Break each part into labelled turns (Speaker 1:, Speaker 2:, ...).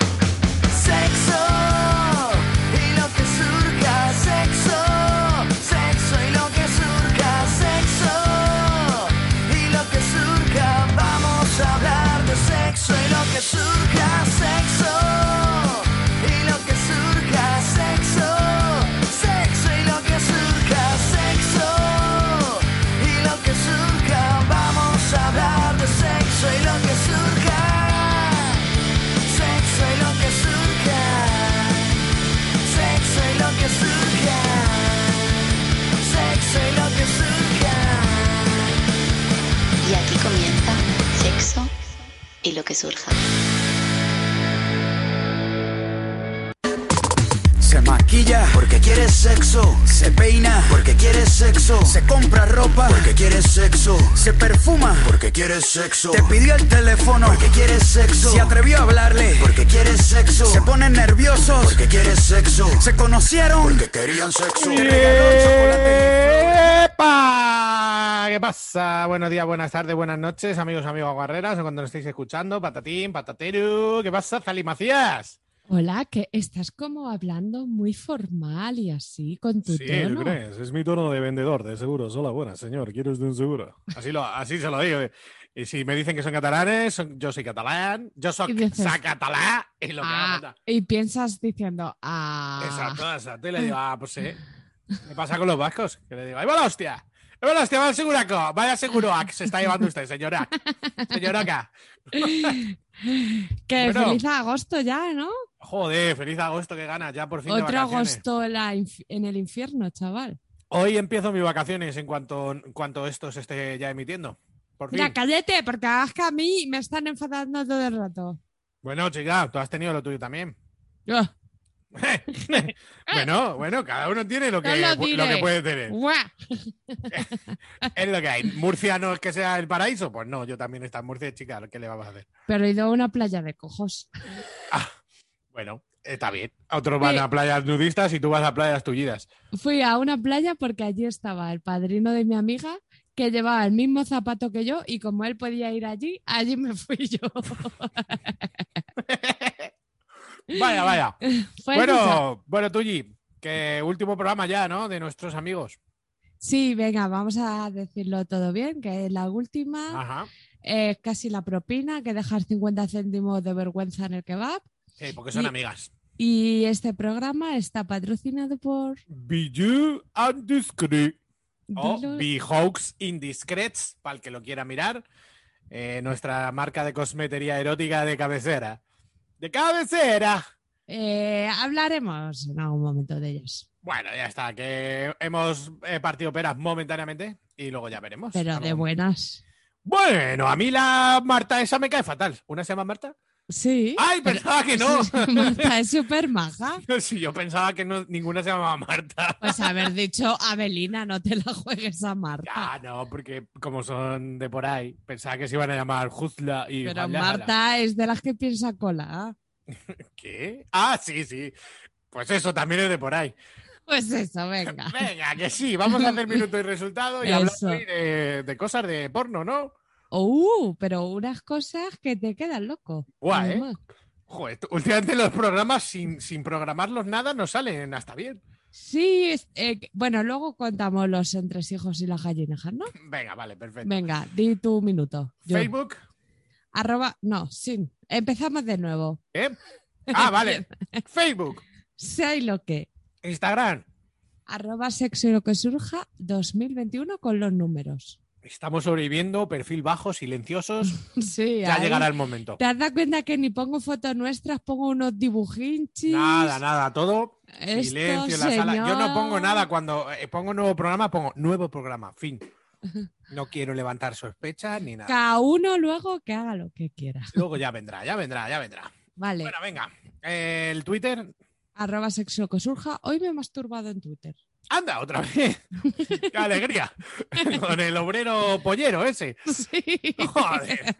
Speaker 1: Sexo y lo que surja, sexo, sexo y lo que surja, sexo y lo que surja, vamos a hablar de sexo y lo que surja, sexo y lo que surja, sexo, sexo y lo que surja, sexo y lo que surja, vamos a hablar de sexo y lo que surja. Sexo y lo que surja. Sexo y lo que surja. Sexo y lo que surja.
Speaker 2: Y aquí comienza sexo y lo que surja.
Speaker 3: Se maquilla porque quiere sexo. Se peina porque quiere sexo. Se compra ropa porque quiere sexo. Se perfuma porque quiere sexo. Te pidió el teléfono porque quiere sexo. Se atrevió a hablarle porque quiere sexo. Se ponen nerviosos porque quiere sexo. Se conocieron porque querían sexo.
Speaker 4: ¡Epa! ¿Qué pasa? Buenos días, buenas tardes, buenas noches, amigos, amigos guerreras, o cuando nos estéis escuchando, patatín, patatero, ¿qué pasa, Zali Macías?
Speaker 5: Hola, que estás como hablando muy formal y así con tu tono.
Speaker 4: Es mi turno de vendedor de seguros. Hola, buenas, señor, ¿quieres de un seguro? Así, lo, así se lo digo. Y si me dicen que son catalanes, son- yo soy catalán, yo
Speaker 5: Y
Speaker 4: soy
Speaker 5: dices,
Speaker 4: sacatalá, y lo que
Speaker 5: Ah,
Speaker 4: haga falta.
Speaker 5: y piensas diciendo, ah,
Speaker 4: Exacto, exacto. Y le digo, ah, pues sí. ¿Qué pasa con los vascos? Que le digo, ¡ahí va la hostia! ¡Ahí va la hostia! ¡Va el seguraco! ¡Vaya seguroac! Se está llevando usted, señora. Señoraca.
Speaker 5: que
Speaker 4: Bueno.
Speaker 5: feliz agosto ya, ¿no?
Speaker 4: Joder, feliz agosto que gana, ya por fin de
Speaker 5: Otro
Speaker 4: vacaciones.
Speaker 5: agosto en, la inf- en el infierno, chaval.
Speaker 4: Hoy empiezo mis vacaciones en cuanto, en cuanto esto se esté ya emitiendo. Por fin.
Speaker 5: Mira, cállate, porque es que a mí me están enfadando todo el rato.
Speaker 4: Bueno, chica, tú has tenido lo tuyo también.
Speaker 5: Ah,
Speaker 4: bueno, bueno, cada uno tiene lo que,
Speaker 5: No lo
Speaker 4: pu-
Speaker 5: diré.
Speaker 4: que puede tener.
Speaker 5: guau.
Speaker 4: Es lo que hay. Murcia no es que sea el paraíso. Pues no, yo también está en Murcia, chica, ¿qué le vamos a hacer?
Speaker 5: Pero he ido a una playa de cojos.
Speaker 4: Bueno, está bien. Otros van
Speaker 5: Sí.
Speaker 4: a playas nudistas y tú vas a playas tullidas.
Speaker 5: Fui a una playa porque allí estaba el padrino de mi amiga que llevaba el mismo zapato que yo y como él podía ir allí, allí me fui yo.
Speaker 4: Vaya, vaya.
Speaker 5: Fue risa.
Speaker 4: bueno, bueno, Tulli, que último programa ya, ¿no? De nuestros amigos.
Speaker 5: Sí, venga, vamos a decirlo todo bien, que es la última,
Speaker 4: Ajá.
Speaker 5: es casi la propina, que dejar 50 céntimos de vergüenza en el kebab.
Speaker 4: Sí, porque son
Speaker 5: Y-
Speaker 4: amigas.
Speaker 5: Y este programa está patrocinado por...
Speaker 4: Bijou and Discreet. O
Speaker 5: Dilo-
Speaker 4: Behawks Indiscrets, para el que lo quiera mirar. Eh, nuestra marca de cosmetería erótica de cabecera. ¡De cabecera!
Speaker 5: Eh, hablaremos en algún momento de ellos.
Speaker 4: Bueno, ya está, que hemos eh, partido peras momentáneamente y luego ya veremos.
Speaker 5: Pero de
Speaker 4: Algo-
Speaker 5: buenas.
Speaker 4: Bueno, a mí la Marta esa me cae fatal. ¿Una se llama Marta?
Speaker 5: Sí.
Speaker 4: ¡Ay, pensaba que no!
Speaker 5: Marta es súper maja.
Speaker 4: Si yo pensaba que no- ninguna se llamaba Marta.
Speaker 5: Pues haber dicho, Abelina, no te la juegues a Marta.
Speaker 4: Ah, no, porque como son de por ahí, pensaba que se iban a llamar Juzla y
Speaker 5: Pero
Speaker 4: Jalala.
Speaker 5: Marta es de las que piensa cola.
Speaker 4: ¿Qué? Ah, sí, sí. Pues eso también es de por ahí.
Speaker 5: Pues eso, venga.
Speaker 4: Venga, que sí, vamos a hacer minuto y resultado y hablar
Speaker 5: Eso.
Speaker 4: hoy de, de cosas de porno, ¿no?
Speaker 5: Uh, pero unas cosas que te quedan loco.
Speaker 4: Guay, ¿eh?
Speaker 5: Además.
Speaker 4: Joder, tú- últimamente los programas sin, sin programarlos nada no salen hasta bien.
Speaker 5: Sí, es- eh, bueno, luego contamos los entresijos y las gallinejas, ¿no?
Speaker 4: Venga, vale, perfecto.
Speaker 5: Venga, di tu minuto. Yo.
Speaker 4: Facebook,
Speaker 5: Arroba, no, sin. Empezamos de nuevo.
Speaker 4: ¿eh? Ah, vale. Facebook,
Speaker 5: Sea lo que.
Speaker 4: Instagram.
Speaker 5: Arroba sexo y lo que surja 2021 con los números.
Speaker 4: Estamos sobreviviendo, perfil bajo, silenciosos.
Speaker 5: Sí,
Speaker 4: Ya
Speaker 5: ahí-
Speaker 4: llegará el momento.
Speaker 5: ¿Te has dado cuenta que ni pongo fotos nuestras, pongo unos dibujinchis?
Speaker 4: Nada, nada, todo
Speaker 5: Esto,
Speaker 4: Silencio en la sala. Yo no pongo
Speaker 5: señor.
Speaker 4: nada cuando eh, pongo nuevo programa, pongo nuevo programa, fin. No quiero levantar sospechas ni nada.
Speaker 5: Cada uno luego que haga lo que quiera.
Speaker 4: Luego ya vendrá, ya vendrá, ya vendrá.
Speaker 5: Vale.
Speaker 4: Bueno, venga. Eh, El Twitter.
Speaker 5: Arroba sexo que surja. Hoy me he masturbado en Twitter.
Speaker 4: Anda, otra vez. ¡Qué alegría! Con el obrero pollero ese.
Speaker 5: Sí.
Speaker 4: Joder.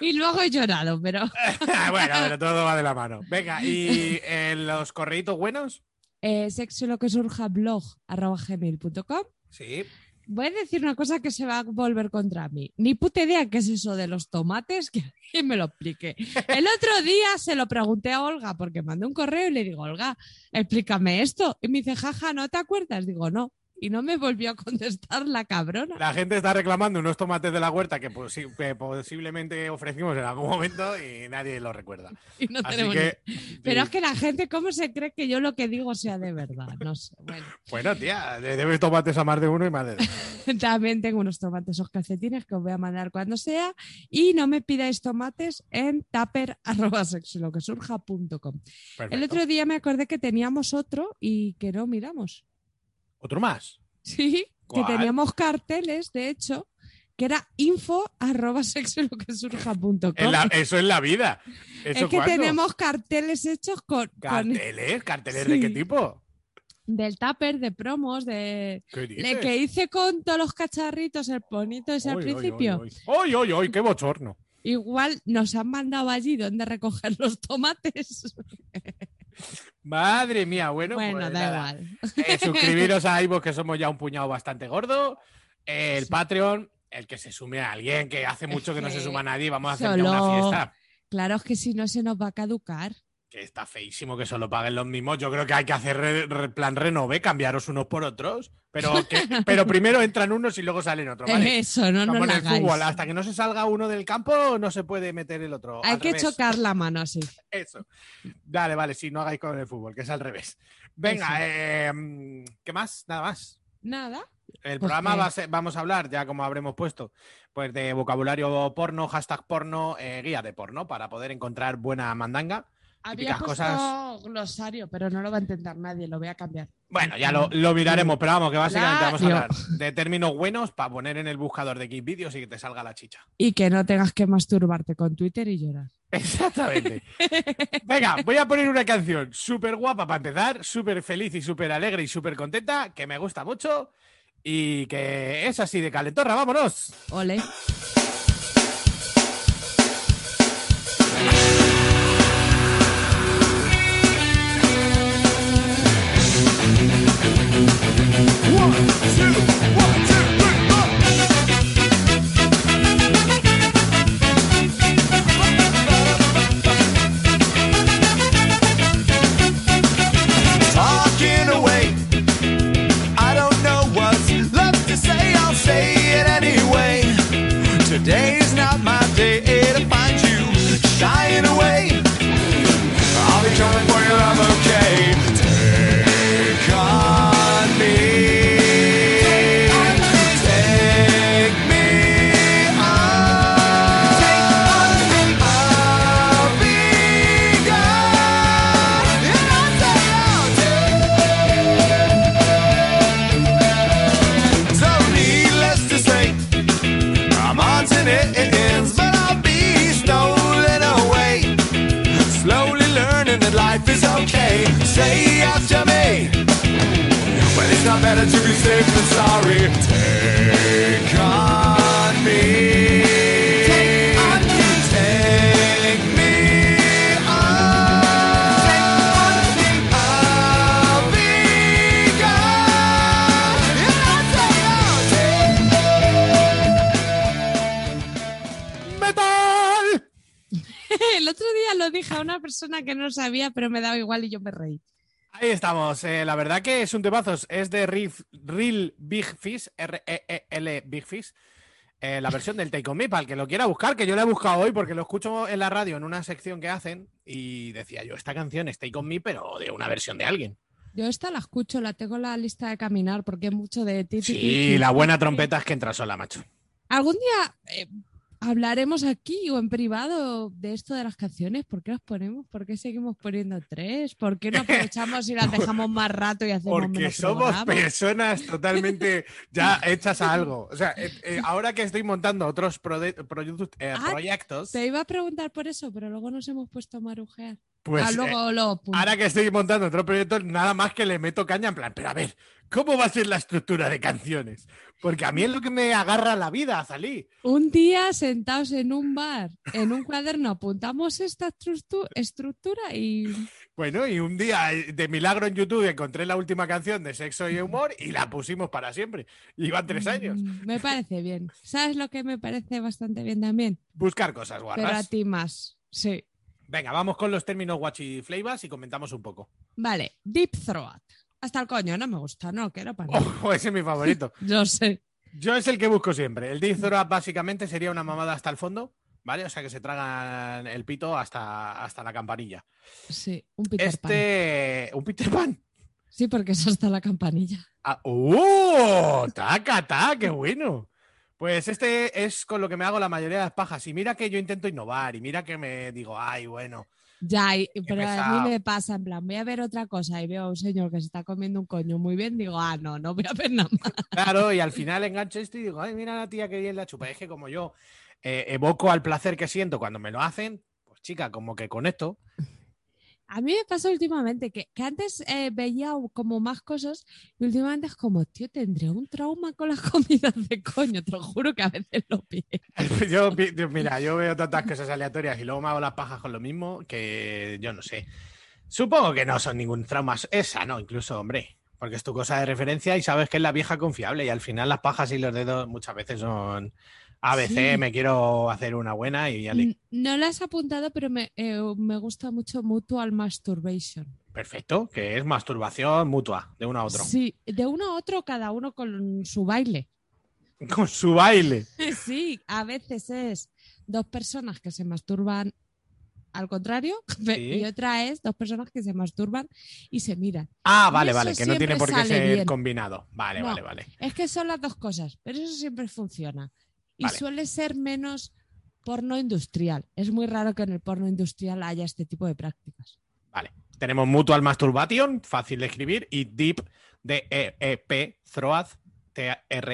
Speaker 5: Y luego he llorado, pero.
Speaker 4: Ah, bueno, pero todo va de la mano. Venga, ¿y eh, los correitos buenos?
Speaker 5: Eh, sexo lo que surja blog arroba gmail.com.
Speaker 4: Sí.
Speaker 5: Voy a decir una cosa que se va a volver contra mí. Ni puta idea qué es eso de los tomates, que alguien me lo explique. El otro día se lo pregunté a Olga porque mandé un correo y le digo, Olga, explícame esto. Y me dice, jaja, ¿no te acuerdas? Digo, no. Y no me volvió a contestar la cabrona.
Speaker 4: La gente está reclamando unos tomates de la huerta que, posi- que posiblemente ofrecimos en algún momento y nadie lo recuerda.
Speaker 5: Y no
Speaker 4: Así
Speaker 5: tenemos
Speaker 4: que,
Speaker 5: ni- Pero es que la gente, ¿cómo se cree que yo lo que digo sea de verdad? No sé. Bueno,
Speaker 4: bueno, tía, le debes tomates a más de uno y más de dos.
Speaker 5: también tengo unos tomates o calcetines que os voy a mandar cuando sea. Y no me pidáis tomates en taper.sexoloquesurja.com. El
Speaker 4: Perfecto.
Speaker 5: otro día me acordé que teníamos otro y que no miramos.
Speaker 4: Otro más.
Speaker 5: Sí,
Speaker 4: ¿Cuál?
Speaker 5: que teníamos carteles, de hecho, que era info arroba sexoloquesurja.com.
Speaker 4: En la- eso es la vida.
Speaker 5: Es
Speaker 4: ¿Eso
Speaker 5: que
Speaker 4: cuándo?
Speaker 5: tenemos carteles hechos con, con-
Speaker 4: ¿Carteles? ¿Carteles de qué
Speaker 5: Sí.
Speaker 4: tipo?
Speaker 5: del tupper, de promos, de,
Speaker 4: ¿Qué dices?
Speaker 5: Le que hice con todos los cacharritos, el bonito es al
Speaker 4: Uy, uy, uy,
Speaker 5: principio.
Speaker 4: uy. ¡Uy, uy, uy! ¡Qué bochorno!
Speaker 5: Igual nos han mandado allí donde recoger los tomates.
Speaker 4: Madre mía, bueno.
Speaker 5: bueno,
Speaker 4: pues
Speaker 5: da
Speaker 4: nada.
Speaker 5: igual.
Speaker 4: Eh, suscribiros a iVoox, que somos ya un puñado bastante gordo. Eh, el Patreon, el que se sume a alguien, que hace mucho que no se suma a nadie. Vamos a hacer ya una
Speaker 5: Solo-
Speaker 4: fiesta.
Speaker 5: Claro, es que si no se nos va a caducar.
Speaker 4: Que está feísimo que solo paguen los mismos. Yo creo que hay que hacer re- re- plan renove, cambiaros unos por otros. Pero, que- pero primero entran unos y luego salen otros. ¿vale?
Speaker 5: Eso, Eh, no
Speaker 4: Como
Speaker 5: nos
Speaker 4: en
Speaker 5: la
Speaker 4: el
Speaker 5: hagáis.
Speaker 4: fútbol, hasta que no se salga uno del campo, no se puede meter el otro.
Speaker 5: Hay
Speaker 4: Al
Speaker 5: que
Speaker 4: revés.
Speaker 5: chocar la mano así.
Speaker 4: Eso. Dale, vale, sí, no hagáis con el fútbol, que es al revés. Venga,
Speaker 5: Eso.
Speaker 4: eh, ¿qué más? Nada más.
Speaker 5: Nada.
Speaker 4: El
Speaker 5: Pues
Speaker 4: programa
Speaker 5: que-
Speaker 4: va a ser- vamos a hablar, ya como habremos puesto, pues de vocabulario porno, hashtag porno, eh, guía de porno, para poder encontrar buena mandanga.
Speaker 5: Había
Speaker 4: Típicas
Speaker 5: puesto
Speaker 4: cosas.
Speaker 5: glosario, pero no lo va a entender nadie, lo voy a cambiar.
Speaker 4: Bueno, ya lo, lo miraremos, pero vamos, que básicamente
Speaker 5: La-
Speaker 4: vamos a
Speaker 5: Dios.
Speaker 4: hablar de términos buenos para poner en el buscador de Xvideos y que te salga la chicha.
Speaker 5: Y que no tengas que masturbarte con Twitter y llorar.
Speaker 4: Exactamente. Venga, voy a poner una canción súper guapa para empezar, súper feliz y súper alegre y súper contenta, que me gusta mucho y que es así de calentorra, vámonos.
Speaker 5: Ole.
Speaker 1: talking away. I don't know what's left to say, I'll say it anyway. Today's not my day to find you shying away. I'll be coming for you, I'm okay. Take on me. Take me on. Take on me. I'll be gone. And I'll say I'll take So needless to say, I'm on to the ends, but I'll be stolen away. Slowly learning that life is okay. Say after me. Well, it's not better to be safe than sorry. Take on me. Take on me. Take me on. Take on me. I'll be gone. And I'll take on take.
Speaker 4: ¡Metal!
Speaker 5: El otro día lo dije a una persona que no sabía, pero me daba igual y yo me reí.
Speaker 4: Ahí estamos. eh, la verdad que es un temazo. Es de Riff- Real Big Fish, R-E-E-L Big Fish. eh, la versión del Take On Me, para el que lo quiera buscar, que yo la he buscado hoy porque lo escucho en la radio en una sección que hacen y decía yo, esta canción es Take On Me, pero de una versión de alguien.
Speaker 5: Yo esta la escucho, la tengo en la lista de caminar porque es mucho de ti. ti, ti,
Speaker 4: Sí,
Speaker 5: ti.
Speaker 4: la buena trompeta es que entra sola, macho.
Speaker 5: Algún día eh, hablaremos aquí o en privado de esto de las canciones. ¿Por qué las ponemos? ¿Por qué seguimos poniendo tres? ¿Por qué no aprovechamos y las dejamos más rato y hacemos
Speaker 4: Porque
Speaker 5: menos
Speaker 4: somos
Speaker 5: programas?
Speaker 4: personas totalmente ya hechas a algo. O sea, eh, eh, ahora que estoy montando otros prode- produ- eh,
Speaker 5: Ah,
Speaker 4: proyectos,
Speaker 5: Te iba a preguntar por eso, pero luego nos hemos puesto a marujear.
Speaker 4: pues
Speaker 5: ah,
Speaker 4: eh,
Speaker 5: luego lo apunto.
Speaker 4: ahora que estoy montando otros proyectos, nada más que le meto caña en plan, pero a ver, ¿cómo va a ser la estructura de canciones? Porque a mí es lo que me agarra la vida, Azalí.
Speaker 5: Un día sentados en un bar, en un cuaderno, apuntamos esta estructu- estructura y
Speaker 4: Bueno, y un día eh, de milagro en YouTube encontré la última canción de Sexo y Humor y la pusimos para siempre. Iban tres años.
Speaker 5: Mm, Me parece bien. ¿Sabes lo que me parece bastante bien también?
Speaker 4: Buscar cosas
Speaker 5: Pero a
Speaker 4: guarras.
Speaker 5: ti más. Sí.
Speaker 4: Venga, vamos con los términos guachifleivas y comentamos un poco.
Speaker 5: Vale, Deep Throat. Hasta el coño, no me gusta, no quiero para nada.
Speaker 4: Ojo, ese es mi favorito.
Speaker 5: Yo sé.
Speaker 4: Yo es el que busco siempre. El deep throat básicamente sería una mamada hasta el fondo, ¿vale? O sea que se tragan el pito hasta, hasta la campanilla.
Speaker 5: Sí, un Peter Pan.
Speaker 4: este. ¿Un Peter Pan?
Speaker 5: Sí, porque es hasta la campanilla.
Speaker 4: Ah, ¡Uh! ¡Taca, taca! ¡Qué bueno! Pues este es con lo que me hago la mayoría de las pajas. Y mira que yo intento innovar y mira que me digo, ay, bueno.
Speaker 5: Ya, y- pero a
Speaker 4: pesado.
Speaker 5: mí me pasa, en plan, voy a ver otra cosa y veo a un señor que se está comiendo un coño muy bien, digo, ah, no, no voy a ver nada más.
Speaker 4: Claro, y al final engancho esto y digo, ay, mira la tía que bien la chupa. Es que como yo eh, evoco al placer que siento cuando me lo hacen, pues chica, como que conecto.
Speaker 5: A mí me pasa últimamente que, que antes eh, veía como más cosas y últimamente es como, tío, tendré un trauma con las comidas de coño, te lo juro que a veces lo pienso.
Speaker 4: Yo, pi- yo- mira, yo veo tantas cosas aleatorias y luego me hago las pajas con lo mismo que yo no sé. Supongo que no son ningún trauma. Esa no, incluso, hombre. Porque es tu cosa de referencia y sabes que es la vieja confiable. Y al final las pajas y los dedos muchas veces son ABC,
Speaker 5: Sí. Mm.
Speaker 4: me quiero hacer una buena y ya le-
Speaker 5: N- No las has apuntado, pero me, eh, me gusta mucho Mutual Masturbation.
Speaker 4: Perfecto, que es masturbación mutua de uno a otro.
Speaker 5: Sí, de uno a otro, cada uno con su baile.
Speaker 4: Con su baile.
Speaker 5: Sí, a veces es dos personas que se masturban al contrario
Speaker 4: Sí.
Speaker 5: y otra es dos personas que se masturban y se miran.
Speaker 4: Ah,
Speaker 5: Y
Speaker 4: vale,
Speaker 5: eso
Speaker 4: vale, que no tiene
Speaker 5: siempre
Speaker 4: por qué
Speaker 5: sale
Speaker 4: ser
Speaker 5: bien.
Speaker 4: combinado. Vale,
Speaker 5: No.
Speaker 4: vale, vale.
Speaker 5: Es que son las dos cosas, pero eso siempre funciona. Y
Speaker 4: Vale.
Speaker 5: suele ser menos porno industrial. Es muy raro que en el porno industrial haya este tipo de prácticas.
Speaker 4: Vale. Tenemos Mutual Masturbation, fácil de escribir, y Deep, E D-E-E-P, Throat,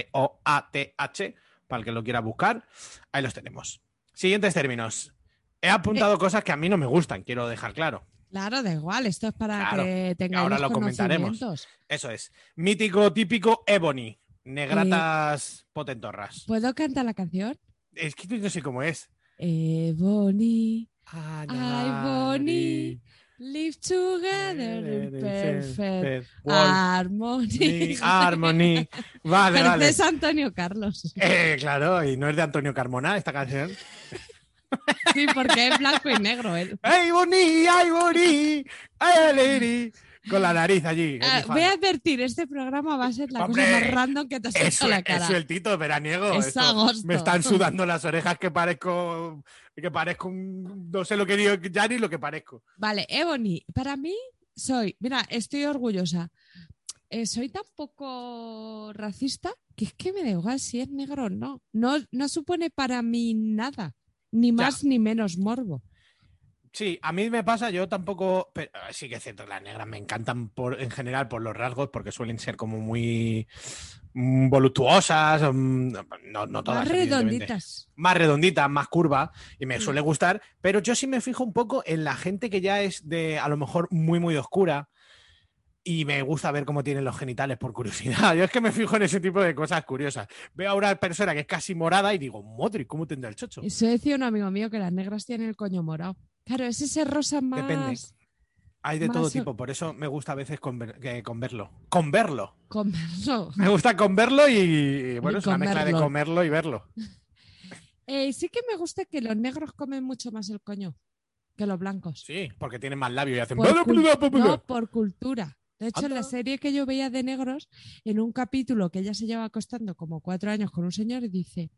Speaker 4: T-R-O-A-T-H, para el que lo quiera buscar. Ahí los tenemos. Siguientes términos. He apuntado cosas que a mí no me gustan, quiero dejar claro.
Speaker 5: Claro, da igual, esto es para
Speaker 4: Claro,
Speaker 5: que tengáis
Speaker 4: ahora
Speaker 5: los
Speaker 4: lo comentaremos.
Speaker 5: conocimientos.
Speaker 4: Eso es. Mítico, típico, Ebony. Negratas potentorras.
Speaker 5: ¿Puedo cantar la canción?
Speaker 4: Es que no sé cómo es.
Speaker 5: Eh, Bonnie,
Speaker 4: Anari,
Speaker 5: Bonnie, live together in perfect Ah, harmony.
Speaker 4: Harmony. Vale, vale.
Speaker 5: Pareces Antonio Carlos.
Speaker 4: Eh, claro, y no es de Antonio Carmona esta canción.
Speaker 5: Sí, porque es blanco y negro él.
Speaker 4: ¡Ay, Boni! ¡Ay, Boni! ¡Ay, Aleri! Con la nariz allí.
Speaker 5: Ah,
Speaker 4: es mi fan.
Speaker 5: voy a advertir, este programa va a ser la
Speaker 4: Hombre,
Speaker 5: cosa más random que te has
Speaker 4: Es
Speaker 5: hecho a la
Speaker 4: sue- es
Speaker 5: cara.
Speaker 4: sueltito veraniego.
Speaker 5: Es
Speaker 4: esto.
Speaker 5: agosto.
Speaker 4: Me están sudando las orejas que parezco. Que parezco un. No sé lo que digo ya ni lo que parezco.
Speaker 5: Vale, Ebony, para mí soy, mira, estoy orgullosa. Eh, soy tan poco racista que es que me da igual si es negro o no. No, no supone para mí nada, ni más ni menos morbo.
Speaker 4: Sí, a mí me pasa, yo tampoco. Pero, ah, sí que es cierto, las negras me encantan por, en general por los rasgos, porque suelen ser como muy. mm, voluptuosas. mm, No, no todas.
Speaker 5: Más
Speaker 4: evidentemente.
Speaker 5: redonditas.
Speaker 4: más redondita, más curva, y me
Speaker 5: Sí.
Speaker 4: suele gustar, pero yo sí me fijo un poco en la gente que ya es de a lo mejor muy, muy oscura. Y me gusta ver cómo tienen los genitales por curiosidad. Yo es que me fijo en ese tipo de cosas curiosas. Veo a una persona que es casi morada y digo, madre, ¿cómo tendrá el chocho?
Speaker 5: Eso decía un amigo mío que las negras tienen el coño morado. Claro, es ese rosa más.
Speaker 4: Depende. Hay de todo
Speaker 5: más o-
Speaker 4: tipo, por eso me gusta a veces con, ver- que con verlo. Con verlo.
Speaker 5: Con... no.
Speaker 4: Me gusta con verlo y, y bueno,
Speaker 5: Y
Speaker 4: es una mezcla de
Speaker 5: comerlo.
Speaker 4: comerlo y verlo.
Speaker 5: Eh, sí que me gusta que los negros comen mucho más el coño que los blancos.
Speaker 4: Sí, porque tienen más labio y hacen...
Speaker 5: Por
Speaker 4: bla, bla, bla, bla,
Speaker 5: cul-
Speaker 4: bla.
Speaker 5: Pues No, por cultura. De hecho, en la
Speaker 4: Anda.
Speaker 5: serie que yo veía de negros, en un capítulo que ella se lleva acostando como cuatro años con un señor y dice,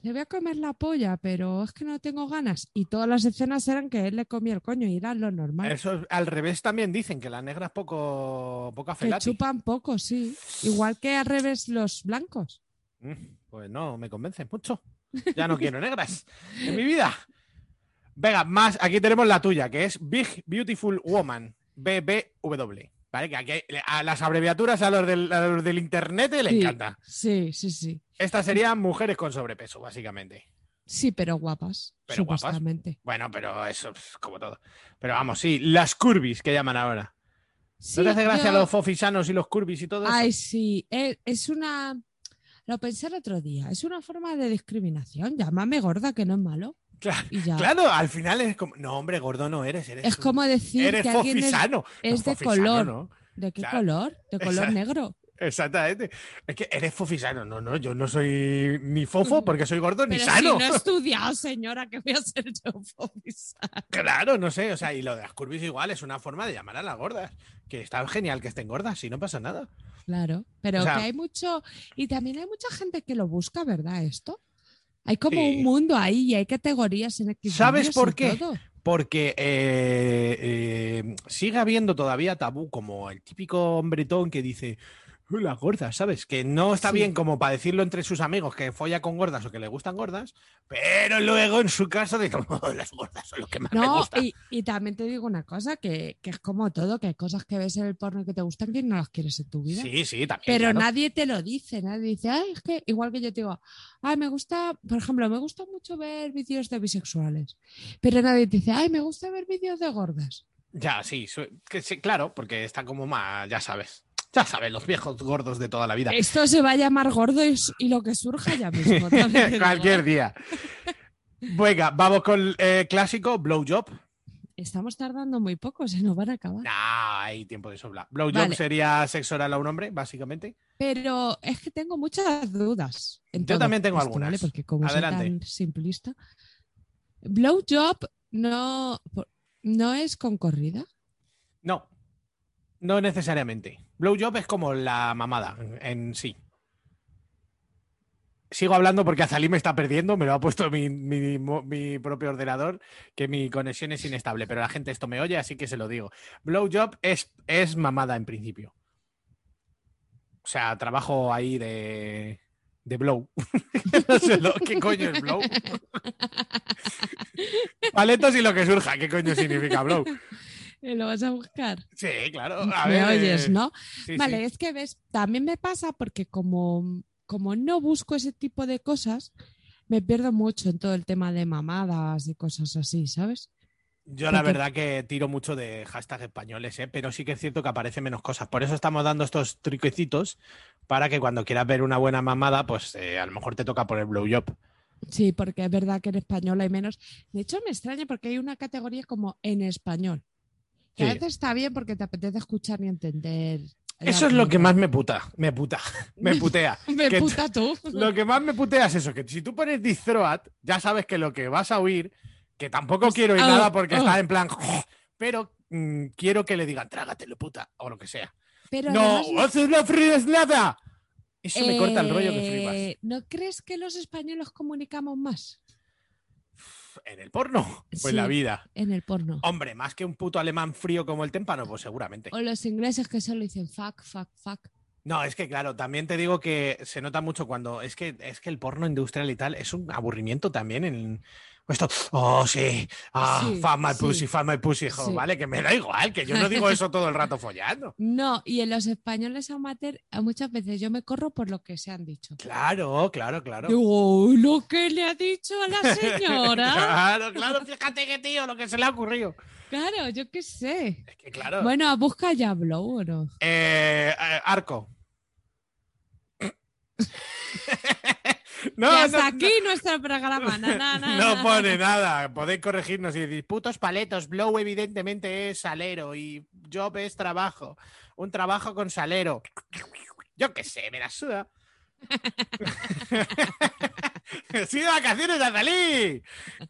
Speaker 5: le voy a comer la polla, pero es que no tengo ganas. Y todas las escenas eran que él le comía el coño y era lo normal.
Speaker 4: Eso es- al revés también dicen que la negra es poco, poca
Speaker 5: que
Speaker 4: felati.
Speaker 5: chupan poco, sí. Igual que al revés los blancos.
Speaker 4: Mm, Pues no, me convence mucho. Ya no quiero negras en mi vida. Venga, más, aquí tenemos la tuya, que es Big Beautiful Woman, BBW. Vale, que aquí a las abreviaturas a los del, a los del internet le
Speaker 5: Sí,
Speaker 4: encanta.
Speaker 5: Sí, sí, sí.
Speaker 4: Estas serían mujeres con sobrepeso, básicamente.
Speaker 5: Sí, pero guapas,
Speaker 4: Pero guapas.
Speaker 5: supuestamente.
Speaker 4: Bueno, pero eso es como todo. Pero vamos, sí, las curvis que llaman ahora.
Speaker 5: Sí,
Speaker 4: ¿No te hace gracia
Speaker 5: yo-
Speaker 4: los fofisanos y los curvis y todo eso?
Speaker 5: Ay, sí. eh, Es una. Lo pensé el otro día. Es una forma de discriminación. Llámame gorda, que no es malo.
Speaker 4: Claro,
Speaker 5: Y ya.
Speaker 4: claro, al final es como. No, hombre, gordo no eres. eres
Speaker 5: es
Speaker 4: un-
Speaker 5: como decir
Speaker 4: Eres
Speaker 5: que alguien es,
Speaker 4: fofisano.
Speaker 5: es
Speaker 4: No,
Speaker 5: de
Speaker 4: fofisano,
Speaker 5: color.
Speaker 4: ¿no?
Speaker 5: ¿De qué
Speaker 4: Claro.
Speaker 5: color? De color
Speaker 4: Exacto.
Speaker 5: negro.
Speaker 4: Exactamente. Es que eres fofisano. No, no, yo no soy ni fofo porque soy gordo ni
Speaker 5: Pero
Speaker 4: sano.
Speaker 5: si no he estudiado, señora, que voy a ser yo fofisana?
Speaker 4: Claro, no sé. O sea, y lo de las curvis igual es una forma de llamar a las gordas. Que está genial que estén gordas, si no pasa nada.
Speaker 5: Claro, pero
Speaker 4: O sea-
Speaker 5: que hay mucho. Y también hay mucha gente que lo busca, ¿verdad? Esto. Hay como
Speaker 4: Sí.
Speaker 5: un mundo ahí y hay categorías en X.
Speaker 4: ¿Sabes
Speaker 5: vídeos
Speaker 4: por
Speaker 5: y
Speaker 4: qué?
Speaker 5: todo.
Speaker 4: Porque eh, eh, sigue habiendo todavía tabú, como el típico hombretón que dice, "Uy, las gordas, ¿sabes? Que no está
Speaker 5: Sí.
Speaker 4: bien como para decirlo entre sus amigos que folla con gordas o que le gustan gordas, pero luego en su casa dice, "Oh, las gordas son los que más me
Speaker 5: No, eh,
Speaker 4: gustan.
Speaker 5: y, y también te digo una cosa, que, que es como todo, que hay cosas que ves en el porno que te gustan que no las quieres en tu vida.
Speaker 4: Sí, sí, también.
Speaker 5: Pero
Speaker 4: claro.
Speaker 5: nadie te lo dice, nadie dice, ay, es que igual que yo te digo, ay, me gusta, por ejemplo, me gusta mucho ver vídeos de bisexuales, pero nadie te dice, ay, me gusta ver vídeos de gordas.
Speaker 4: Ya, sí, su- que sí, claro, porque está como más, ya sabes. Ya sabes, los viejos gordos de toda la vida.
Speaker 5: Esto se va a llamar gordo y, s- y lo que surja ya mismo. también te digo,
Speaker 4: Cualquier
Speaker 5: ¿eh?
Speaker 4: día. Venga, vamos con el eh, clásico, blowjob.
Speaker 5: Estamos tardando muy poco, se nos van a acabar.
Speaker 4: No, hay tiempo de sobra. Blowjob
Speaker 5: Vale.
Speaker 4: sería sexo oral a un hombre, básicamente.
Speaker 5: Pero es que tengo muchas dudas. en
Speaker 4: Yo también tengo
Speaker 5: esto, ¿vale?
Speaker 4: algunas.
Speaker 5: Porque como soy
Speaker 4: Adelante.
Speaker 5: tan simplista. Blowjob no, no es con corrida.
Speaker 4: No, no necesariamente. Blowjob es como la mamada en- en sí. Sigo hablando porque Azalí me está perdiendo, me lo ha puesto mi, mi mo- mi propio ordenador, que mi conexión es inestable, pero la gente esto me oye, así que se lo digo. Blowjob es, es mamada en principio. O sea, trabajo ahí de, de blow. no sé lo- qué coño es blow. Paletos y lo que surja, qué coño significa blow.
Speaker 5: Eh, Lo vas a buscar.
Speaker 4: Sí, claro. A
Speaker 5: Me
Speaker 4: ver,
Speaker 5: oyes,
Speaker 4: eh,
Speaker 5: ¿no?
Speaker 4: sí,
Speaker 5: vale,
Speaker 4: sí.
Speaker 5: es que ves, también me pasa porque como, como no busco ese tipo de cosas, me pierdo mucho en todo el tema de mamadas y cosas así, ¿sabes?
Speaker 4: Yo la
Speaker 5: porque-
Speaker 4: verdad que tiro mucho de hashtags españoles, ¿eh? pero sí que es cierto que aparecen menos cosas. Por eso estamos dando estos triquecitos para que cuando quieras ver una buena mamada, pues eh, a lo mejor te toca poner blowjob.
Speaker 5: Sí, porque es verdad que en español hay menos. De hecho, me extraña porque hay una categoría como en español. Que a
Speaker 4: Sí.
Speaker 5: veces está bien porque te apetece escuchar y entender. el
Speaker 4: Eso es lo que
Speaker 5: argumento.
Speaker 4: más me puta, me puta, me putea.
Speaker 5: Me
Speaker 4: que-
Speaker 5: puta tú.
Speaker 4: Lo que más me putea es eso, que si tú pones distroat, ya sabes que lo que vas a oír, que tampoco quiero oír
Speaker 5: ah,
Speaker 4: nada porque
Speaker 5: ah.
Speaker 4: está en plan, pero mm, quiero que le digan trágatelo puta o lo que sea.
Speaker 5: Pero
Speaker 4: No,
Speaker 5: además,
Speaker 4: haces no fríes nada. Eso me corta el rollo que flipas.
Speaker 5: eh, ¿No crees que los españoles comunicamos más
Speaker 4: En el porno, pues
Speaker 5: sí.
Speaker 4: la vida.
Speaker 5: en el porno?
Speaker 4: Hombre, más que un puto alemán frío como el témpano, pues seguramente.
Speaker 5: O los ingleses que solo dicen fuck, fuck, fuck.
Speaker 4: No, es que claro, también te digo que se nota mucho cuando es que es que el porno industrial y tal es un aburrimiento también en esto, oh sí, ah,
Speaker 5: Sí,
Speaker 4: fuck my
Speaker 5: sí.
Speaker 4: pussy, fuck my pussy, hijo,
Speaker 5: Sí.
Speaker 4: vale, que me da igual, que yo no digo eso todo el rato follando.
Speaker 5: No, y en los españoles amateur a muchas veces yo me corro por lo que se han dicho.
Speaker 4: Claro, claro, claro.
Speaker 5: Digo, "Uy, lo que le ha dicho a la señora.
Speaker 4: Claro, claro, fíjate que tío, lo que se le ha ocurrido.
Speaker 5: claro, yo qué sé.
Speaker 4: Es que claro.
Speaker 5: Bueno, busca ya Blow o no.
Speaker 4: Eh, eh, arco. no,
Speaker 5: y hasta
Speaker 4: no,
Speaker 5: aquí nuestro programa. Na, na, na,
Speaker 4: no
Speaker 5: na.
Speaker 4: pone nada. Podéis corregirnos y decir, putos paletos, blow evidentemente es salero y job es trabajo. Un trabajo con salero. Yo qué sé, me la suda. ¡Sí, de vacaciones, Azalí!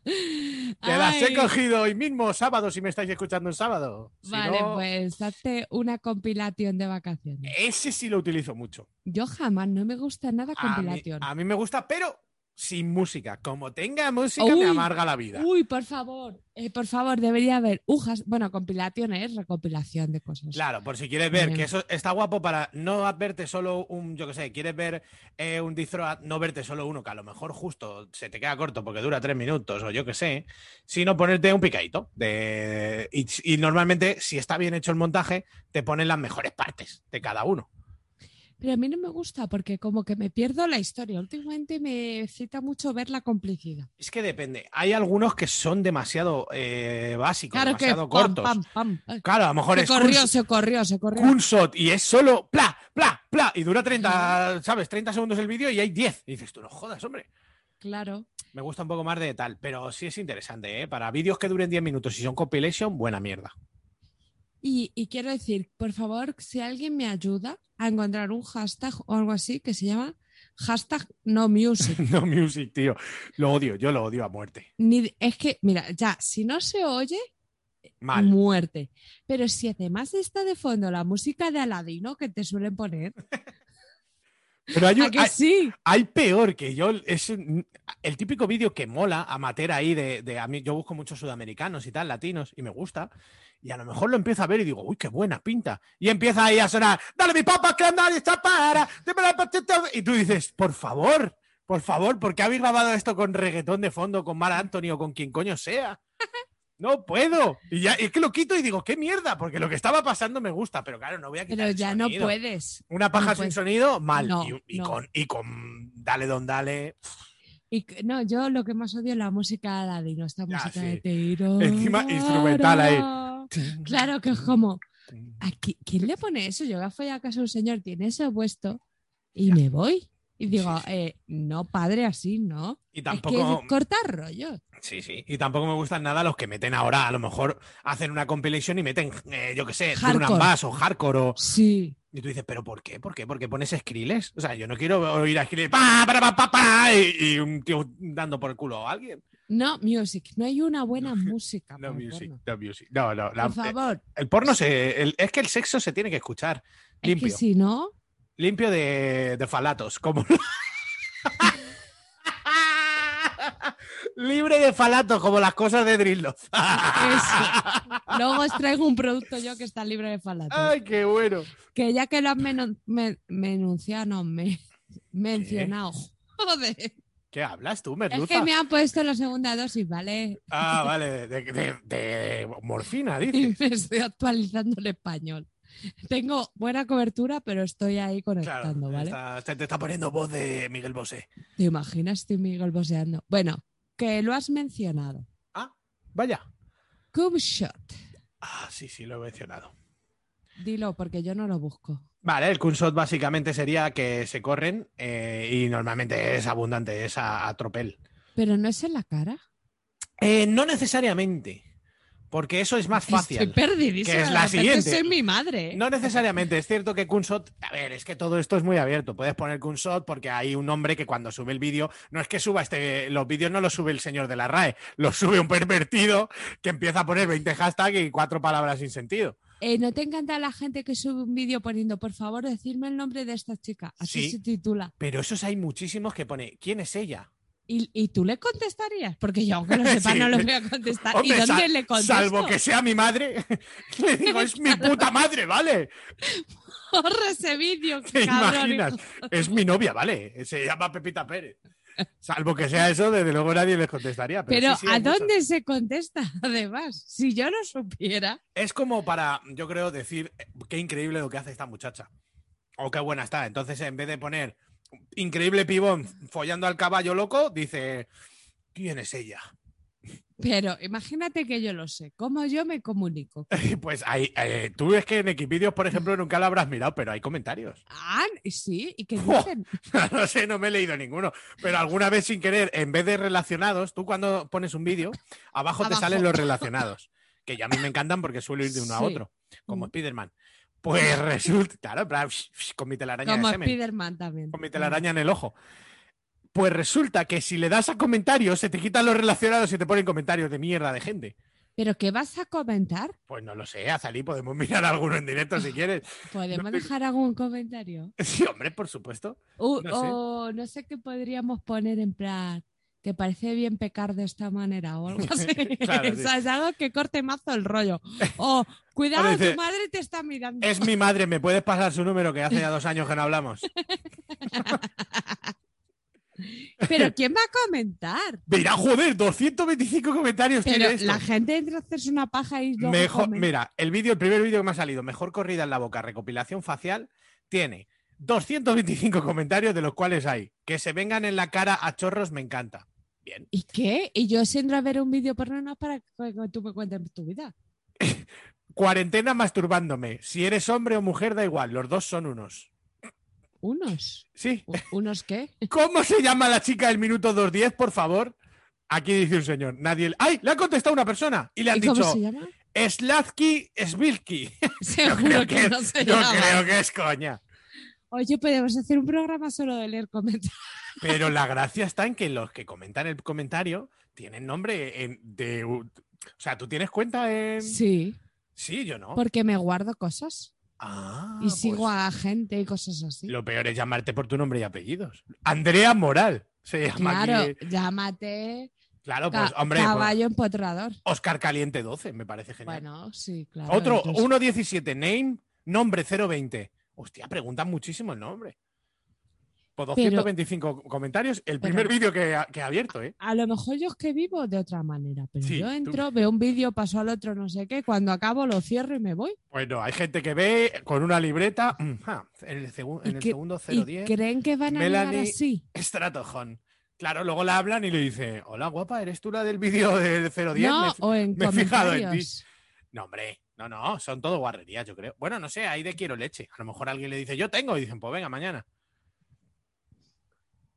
Speaker 4: Te las he
Speaker 5: Ay,
Speaker 4: cogido hoy mismo, sábado, si me estáis escuchando un sábado. Si
Speaker 5: Vale,
Speaker 4: no,
Speaker 5: pues date una compilación de vacaciones.
Speaker 4: Ese sí lo utilizo mucho.
Speaker 5: Yo jamás no me gusta nada
Speaker 4: A mí-
Speaker 5: compilación.
Speaker 4: A mí, me gusta, pero sin música. Como tenga música,
Speaker 5: Uy.
Speaker 4: me amarga la vida.
Speaker 5: Uy, por favor, eh, por favor, debería haber ujas, bueno, compilaciones, recopilación de cosas.
Speaker 4: Claro, por si quieres ver
Speaker 5: Bien.
Speaker 4: que eso está guapo para no verte solo un, yo que sé, quieres ver eh, un disfraz, no verte solo uno, que a lo mejor justo se te queda corto porque dura tres minutos o yo que sé, sino ponerte un picadito. De... Y, y normalmente, si está bien hecho el montaje, te ponen las mejores partes de cada uno.
Speaker 5: Pero a mí no me gusta porque como que me pierdo la historia. Últimamente me excita mucho ver la complicidad.
Speaker 4: Es que depende. Hay algunos que son demasiado eh, básicos,
Speaker 5: Claro que
Speaker 4: demasiado
Speaker 5: pam,
Speaker 4: cortos.
Speaker 5: pam, pam. Ay,
Speaker 4: Claro, a lo mejor
Speaker 5: se
Speaker 4: es
Speaker 5: corrió,
Speaker 4: un-
Speaker 5: se corrió, se corrió.
Speaker 4: un shot y es solo pla, pla, pla. Y dura 30, ¿sabes? 30 segundos el vídeo y hay 10. Y dices, tú no jodas, hombre.
Speaker 5: Claro.
Speaker 4: Me gusta un poco más de tal, pero sí es interesante, ¿eh? Para vídeos que duren 10 minutos y son compilation, buena mierda.
Speaker 5: Y, y quiero decir, por favor, si alguien me ayuda a encontrar un hashtag o algo así que se llama hashtag no music.
Speaker 4: No music, tío. Lo odio, yo lo odio a muerte.
Speaker 5: Ni- es que, mira, ya, si no se oye,
Speaker 4: Mal.
Speaker 5: muerte. Pero si además está de fondo la música de Aladino que te suelen poner,
Speaker 4: Pero hay, un-
Speaker 5: ¿a que
Speaker 4: hay-
Speaker 5: sí?
Speaker 4: hay peor que yo. Es un- el típico vídeo que mola, amateur ahí, de, de- a mí. Yo busco muchos sudamericanos y tal, latinos, y me gusta. Y a lo mejor lo empiezo a ver y digo, uy, qué buena pinta. Y empieza ahí a sonar, dale mi papá, que nadie está para. deme la patata". Y tú dices, por favor, por favor, ¿por qué habéis grabado esto con reggaetón de fondo, con Mar Anthony o con quien coño sea? No puedo. Y ya, es que lo quito y digo, qué mierda, porque lo que estaba pasando me gusta, pero claro, no voy a quitar
Speaker 5: Pero
Speaker 4: el
Speaker 5: ya no
Speaker 4: sonido.
Speaker 5: puedes.
Speaker 4: Una paja
Speaker 5: No
Speaker 4: sin
Speaker 5: puede.
Speaker 4: sonido, mal.
Speaker 5: pues, No,
Speaker 4: y, y
Speaker 5: no.
Speaker 4: con, y con Dale Don Dale.
Speaker 5: Y c- no, yo lo que más odio es la música de Aladino, esta
Speaker 4: Ya,
Speaker 5: música de
Speaker 4: sí.
Speaker 5: tiro.
Speaker 4: Encima instrumental ahí.
Speaker 5: Claro que es como, ¿a qui- ¿quién le pone eso? Yo gafo ya acaso un señor tiene eso puesto y me voy. Y digo, eh, no, padre, así no.
Speaker 4: Y
Speaker 5: Es
Speaker 4: tampoco.
Speaker 5: que cortar rollo.
Speaker 4: Sí, sí. Y tampoco me gustan nada los que meten ahora. A lo mejor hacen una compilation y meten, eh, yo qué sé,
Speaker 5: Hardcore.
Speaker 4: Durnan Bass o Hardcore. O...
Speaker 5: Sí.
Speaker 4: Y tú dices, ¿pero por qué? ¿Por qué? ¿Por qué pones Skrillex? O sea, yo no quiero oír a Skrillex pa, para, pa, pa, pa, y, y un tío dando por el culo a alguien.
Speaker 5: No music, no hay una buena música.
Speaker 4: No,
Speaker 5: para el
Speaker 4: music,
Speaker 5: porno.
Speaker 4: no, music. No, no. la-
Speaker 5: Por favor,
Speaker 4: el porno se. el- es que el sexo se tiene que escuchar.
Speaker 5: es
Speaker 4: Limpio.
Speaker 5: que si no,
Speaker 4: Limpio de, de falatos, como. Libre de falatos, como las cosas de Drillo.
Speaker 5: Eso. luego os traigo un producto yo que está libre de falatos.
Speaker 4: ¡Ay, qué bueno!
Speaker 5: Que ya que lo han menon- men- menunciado, no, me, mencionado. Joder.
Speaker 4: ¿Qué hablas tú, merluza?
Speaker 5: Es que me han puesto la segunda dosis, ¿vale?
Speaker 4: Ah, vale, de, de- de morfina,
Speaker 5: Y
Speaker 4: dices.
Speaker 5: me estoy actualizando el español. Tengo buena cobertura, pero estoy ahí
Speaker 4: Claro,
Speaker 5: conectando, ¿vale?
Speaker 4: está- está- te está poniendo voz de Miguel Bosé.
Speaker 5: ¿Te imaginas? Estoy mi golboseando. Bueno, que lo has mencionado.
Speaker 4: Ah, vaya.
Speaker 5: Cube shot.
Speaker 4: Ah, sí, sí, lo he mencionado.
Speaker 5: Dilo, porque yo no lo busco.
Speaker 4: Vale, el Kunshot básicamente sería que se corren eh, y normalmente es abundante, es a- a tropel.
Speaker 5: Pero no es en la cara.
Speaker 4: Eh, no necesariamente, porque eso es más
Speaker 5: Estoy
Speaker 4: fácil.
Speaker 5: perdidísima.
Speaker 4: Que es
Speaker 5: de
Speaker 4: la
Speaker 5: repente
Speaker 4: siguiente.
Speaker 5: Soy mi madre.
Speaker 4: No necesariamente, es cierto que Kunshot, a ver, es que todo esto es muy abierto. Puedes poner Kunshot porque hay un hombre que cuando sube el vídeo, no es que suba este, los vídeos no los sube el señor de la RAE, los sube un pervertido que empieza a poner 20 hashtags y cuatro palabras sin sentido.
Speaker 5: Eh, ¿No te encanta la gente que sube un vídeo poniendo, por favor, decirme el nombre de esta chica? Así
Speaker 4: Sí.
Speaker 5: se titula.
Speaker 4: Pero esos hay muchísimos que pone, ¿quién es ella?
Speaker 5: ¿Y, y tú le contestarías? Porque yo, aunque lo sepa,
Speaker 4: Sí.
Speaker 5: no lo voy a contestar.
Speaker 4: Hombre,
Speaker 5: ¿Y dónde
Speaker 4: sal-
Speaker 5: le contesto?
Speaker 4: salvo que sea mi madre, le digo, es mi puta madre, ¿vale?
Speaker 5: Corre ese vídeo,
Speaker 4: ¿Te
Speaker 5: cabrón.
Speaker 4: imaginas? Es mi novia, ¿vale? Se llama Pepita Pérez. Salvo que sea eso, desde luego nadie les contestaría. Pero,
Speaker 5: Pero
Speaker 4: sí, sí,
Speaker 5: ¿a
Speaker 4: hay muchas.
Speaker 5: dónde se contesta? Además, si yo no supiera,
Speaker 4: Es como para, yo creo, decir eh, qué increíble lo que hace esta muchacha. O qué buena está. Entonces, en vez de poner increíble pibón follando al caballo loco, dice, ¿quién es ella?
Speaker 5: pero imagínate que yo lo sé. ¿Cómo yo me comunico?
Speaker 4: Pues hay, eh, tú es que en Equipidios, por ejemplo, nunca la habrás mirado, pero hay comentarios.
Speaker 5: Ah, sí, ¿y qué
Speaker 4: Buah.
Speaker 5: dicen?
Speaker 4: No sé, no me he leído ninguno. Pero alguna vez sin querer, en vez de relacionados, tú cuando pones un vídeo, abajo, te
Speaker 5: Abajo.
Speaker 4: salen los relacionados. Que ya a mí me encantan porque suelo ir de uno a
Speaker 5: Sí.
Speaker 4: otro, como
Speaker 5: Mm.
Speaker 4: Spiderman. Pues resulta, claro, en plan, con mi telaraña
Speaker 5: Como
Speaker 4: de semen,
Speaker 5: Spiderman también.
Speaker 4: con mi telaraña en el ojo. Pues resulta que si le das a comentarios, se te quitan los relacionados y te ponen comentarios de mierda de gente.
Speaker 5: ¿Pero qué vas a comentar?
Speaker 4: Pues no lo sé, Azalí, podemos mirar alguno en directo si quieres.
Speaker 5: ¿Podemos
Speaker 4: No sé.
Speaker 5: dejar algún comentario?
Speaker 4: Sí, hombre, por supuesto.
Speaker 5: O-
Speaker 4: No sé.
Speaker 5: O no sé qué podríamos poner en plan. ¿Te parece bien pecar de esta manera o algo así?
Speaker 4: Claro,
Speaker 5: o
Speaker 4: sí.
Speaker 5: sea, es algo que corte mazo el rollo. O cuidado,
Speaker 4: dice,
Speaker 5: tu madre te está mirando.
Speaker 4: Es mi madre, ¿me puedes pasar su número que hace ya dos años que no hablamos?
Speaker 5: Pero ¿quién va a comentar?
Speaker 4: Mira, joder, 225 comentarios
Speaker 5: Pero
Speaker 4: tiene esto.
Speaker 5: la gente entra a hacerse una paja y luego
Speaker 4: Mejor,
Speaker 5: come.
Speaker 4: mira, el vídeo, el primer vídeo que me ha salido, mejor corrida en la boca, recopilación facial, tiene 225 comentarios de los cuales hay que se vengan en la cara a chorros me encanta. Bien.
Speaker 5: ¿Y qué? Y yo siendo a ver un vídeo porno no es para que tú me cuentes tu vida.
Speaker 4: Cuarentena masturbándome. Si eres hombre o mujer da igual, los dos son unos.
Speaker 5: Unos.
Speaker 4: Sí.
Speaker 5: U- ¿Unos qué?
Speaker 4: ¿Cómo se llama la chica del minuto 210, por favor? Aquí dice un señor, nadie. ¡Ay! Le ha contestado una persona y le han
Speaker 5: ¿Y cómo
Speaker 4: dicho
Speaker 5: se llama?
Speaker 4: Slavki Svilki.
Speaker 5: Seguro que, no se
Speaker 4: yo
Speaker 5: llama.
Speaker 4: creo que es coña.
Speaker 5: Oye, podemos hacer un programa solo de leer comentarios.
Speaker 4: Pero la gracia está en que los que comentan el comentario tienen nombre en- de. u- O sea, ¿tú tienes cuenta en.? Sí,
Speaker 5: Sí,
Speaker 4: yo no.
Speaker 5: porque me guardo cosas
Speaker 4: Ah,
Speaker 5: y sigo
Speaker 4: pues,
Speaker 5: a gente y cosas así.
Speaker 4: Lo peor es llamarte por tu nombre y apellidos. Andrea Moral se llama
Speaker 5: Claro,
Speaker 4: aquí.
Speaker 5: llámate
Speaker 4: Claro,
Speaker 5: ca-
Speaker 4: pues, hombre, pues,
Speaker 5: caballo empotrador.
Speaker 4: Oscar Caliente 12, me parece genial.
Speaker 5: Bueno, sí, claro.
Speaker 4: Otro,
Speaker 5: entonces-
Speaker 4: 1.17, name, nombre 020. Hostia, preguntan muchísimo el nombre. Por
Speaker 5: Pero-
Speaker 4: 225 comentarios, el primer
Speaker 5: Pero-
Speaker 4: vídeo que, ha- que he abierto, ¿eh?
Speaker 5: A lo mejor yo es que vivo de otra manera, pero
Speaker 4: Sí,
Speaker 5: yo
Speaker 4: tú-
Speaker 5: entro, veo un vídeo, paso al otro, no sé qué, cuando acabo lo cierro y me voy.
Speaker 4: Bueno, hay gente que ve con una libreta. mm, ja, en el, segun-
Speaker 5: ¿Y
Speaker 4: en el
Speaker 5: qué-
Speaker 4: segundo
Speaker 5: ¿Y
Speaker 4: 010,
Speaker 5: creen que van a llegar
Speaker 4: Melanie-
Speaker 5: así?
Speaker 4: estratojón. Claro, luego la hablan y le dice, hola guapa, ¿eres tú la del vídeo del 010?
Speaker 5: no,
Speaker 4: Me fi-
Speaker 5: o en
Speaker 4: me he fijado en ti.
Speaker 5: comentarios.
Speaker 4: No, hombre, no, no, son todo guarrerías, yo creo. Bueno, no sé, ahí de quiero leche. A lo mejor alguien le dice, yo tengo, y dicen, pues venga, mañana.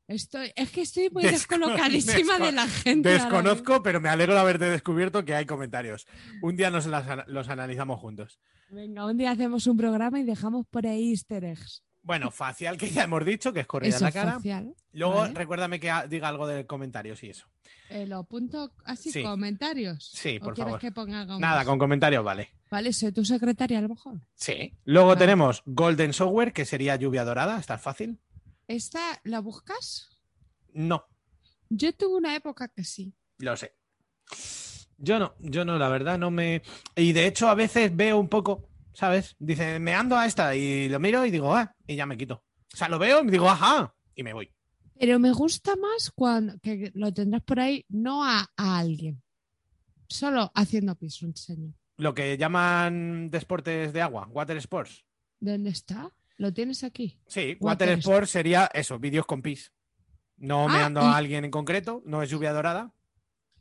Speaker 5: Estoy, es que estoy muy
Speaker 4: Desco-
Speaker 5: descolocadísima de la gente. ahora ¿eh? mismo.
Speaker 4: Desconozco, pero me alegro de haberte descubierto que hay comentarios. Un día nos las ana- los analizamos juntos.
Speaker 5: Venga, un día hacemos un programa y dejamos por ahí easter eggs.
Speaker 4: Bueno, facial, que ya hemos dicho, que es corrida
Speaker 5: Eso
Speaker 4: la cara.
Speaker 5: facial.
Speaker 4: Luego,
Speaker 5: vale.
Speaker 4: recuérdame que ha- diga algo de comentarios y eso.
Speaker 5: Eh, lo apunto así,
Speaker 4: Sí.
Speaker 5: comentarios.
Speaker 4: Sí,
Speaker 5: ¿O
Speaker 4: por
Speaker 5: quieres
Speaker 4: favor.
Speaker 5: que ponga algo
Speaker 4: Nada,
Speaker 5: más?
Speaker 4: con comentarios, vale.
Speaker 5: Vale, soy tu secretaria a lo mejor.
Speaker 4: Sí. Luego
Speaker 5: Vale.
Speaker 4: tenemos Golden Software, que sería lluvia dorada, está fácil.
Speaker 5: ¿Esta la buscas?
Speaker 4: No,
Speaker 5: Yo tuve una época que sí.
Speaker 4: lo sé. Yo no, yo no, la verdad, no me. Y de hecho, a veces veo un poco, ¿sabes? Dice, me ando a esta y lo miro y digo, ah, y ya me quito. O sea, lo veo y digo, ajá, y me voy.
Speaker 5: Pero me gusta más cuando que lo tendrás por ahí, no a, a alguien. Solo haciendo piso, un señor.
Speaker 4: Lo que llaman deportes de agua, water sports.
Speaker 5: ¿Dónde está? ¿Lo tienes aquí?
Speaker 4: Sí,
Speaker 5: Water
Speaker 4: water, sports sería eso, vídeos con pis. No me
Speaker 5: Ah,
Speaker 4: ando
Speaker 5: y-
Speaker 4: a alguien en concreto, no es lluvia dorada,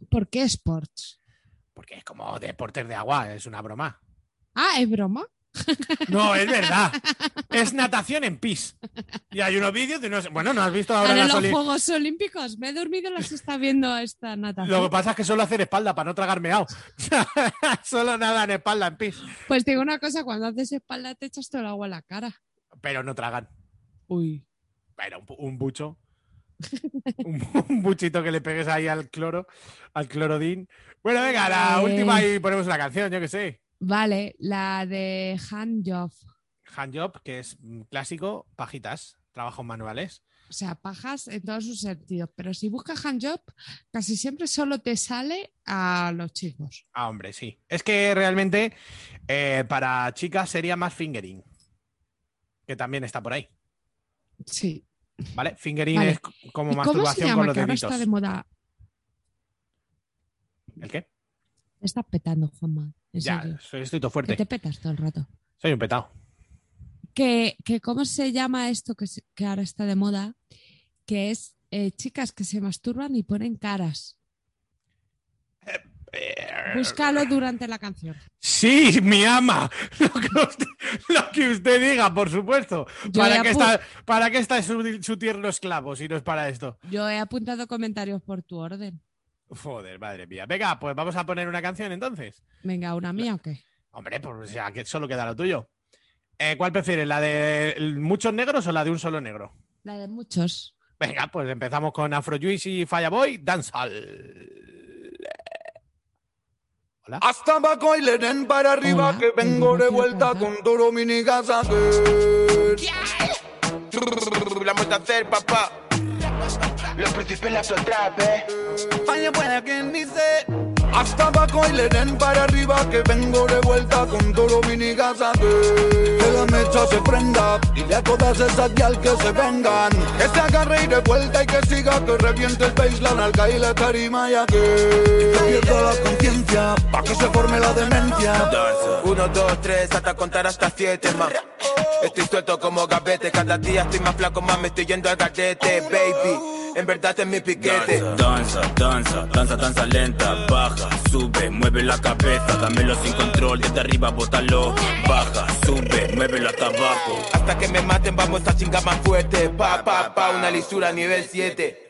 Speaker 5: ¿Por qué sports?
Speaker 4: porque es como deportes de agua, es una broma.
Speaker 5: Ah, es broma.
Speaker 4: No, es verdad. Es natación en pis. Y hay unos vídeos de unos... Bueno, no has visto ahora
Speaker 5: Ahora
Speaker 4: las
Speaker 5: los
Speaker 4: oli-
Speaker 5: Juegos Olímpicos. Me he dormido las está viendo esta natación.
Speaker 4: Lo que pasa es que solo hacer espalda para no tragarme ao. solo nadan espalda en pis.
Speaker 5: Pues te digo una cosa, cuando haces espalda te echas todo el agua a la cara.
Speaker 4: Pero no tragan.
Speaker 5: Uy.
Speaker 4: Pero un, pu- un bucho. Un, un buchito que le pegues ahí al cloro, al clorodín. Bueno, venga, la
Speaker 5: Vale.
Speaker 4: última y ponemos la canción, yo que sé.
Speaker 5: Vale, la de hand job.
Speaker 4: Handjob, que es mm, clásico, pajitas, trabajos manuales.
Speaker 5: O sea, pajas en todos sus sentidos. Pero si buscas hand job, casi siempre solo te sale a los chicos.
Speaker 4: Ah, hombre, sí. Es que realmente eh, para chicas sería más fingering. Que también está por ahí.
Speaker 5: Sí.
Speaker 4: ¿Vale? Fingering
Speaker 5: Vale.
Speaker 4: es c- como
Speaker 5: ¿Y ¿Cómo se
Speaker 4: masturbación
Speaker 5: llama
Speaker 4: con los
Speaker 5: que ahora
Speaker 4: deditos.
Speaker 5: está de moda?
Speaker 4: ¿El qué?
Speaker 5: Te estás petando, Juanma. En
Speaker 4: Ya,
Speaker 5: serio.
Speaker 4: soy estoy todo
Speaker 5: Que
Speaker 4: fuerte.
Speaker 5: te petas todo el rato.
Speaker 4: Soy un petado.
Speaker 5: que, que cómo se llama esto que, se- que ahora está de moda, que es eh, chicas que se masturban y ponen caras.
Speaker 4: Eh,
Speaker 5: Búscalo durante la canción.
Speaker 4: Sí, mi ama. Lo que usted, lo que usted diga, por supuesto.
Speaker 5: Yo
Speaker 4: ¿Para
Speaker 5: ya
Speaker 4: qué,
Speaker 5: pu-
Speaker 4: está, ¿Para qué está su, su tierno esclavo si no es para esto?
Speaker 5: Yo he apuntado comentarios por tu orden.
Speaker 4: Joder, madre mía. Venga, pues vamos a poner una canción entonces.
Speaker 5: Venga, una mía o qué.
Speaker 4: Hombre, pues o sea, que solo queda lo tuyo. Eh, ¿Cuál prefieres, la de muchos negros o la de un solo negro?
Speaker 5: La de muchos.
Speaker 4: Venga, pues empezamos con Afro Juice y Fireboy, Dancehall. Hola.
Speaker 6: Hasta Paco y le den para arriba
Speaker 5: Hola,
Speaker 6: que vengo de
Speaker 5: bienvenido,
Speaker 6: vuelta
Speaker 5: papá.
Speaker 6: con todo mi nigasa. La muerte hacer papá.
Speaker 7: Los príncipes la sotrape.
Speaker 6: Vaya buena quien dice. Hasta Paco y le den para arriba que vengo de vuelta con todo mi nigasa. Que la mecha se prenda y a todas esas guial que se vengan. Que se agarre y de vuelta y que siga que reviente el bass, la nalga y la tarima ya que. Que pierda la conciencia pa' que se forme la demencia.
Speaker 7: Uno, dos, tres, hasta contar hasta siete, más. Estoy suelto como gavete, cada día estoy más flaco, más me estoy yendo al gallete, baby. En verdad es mi
Speaker 8: Este.
Speaker 7: piquete.
Speaker 9: Danza, danza, danza, danza lenta, baja, sube, mueve la cabeza, dámelo sin control, desde arriba bótalo, baja, sube, muévelo hasta abajo.
Speaker 7: Hasta que me maten, vamos a chingar más fuerte. Pa, pa, pa, una lisura nivel 7.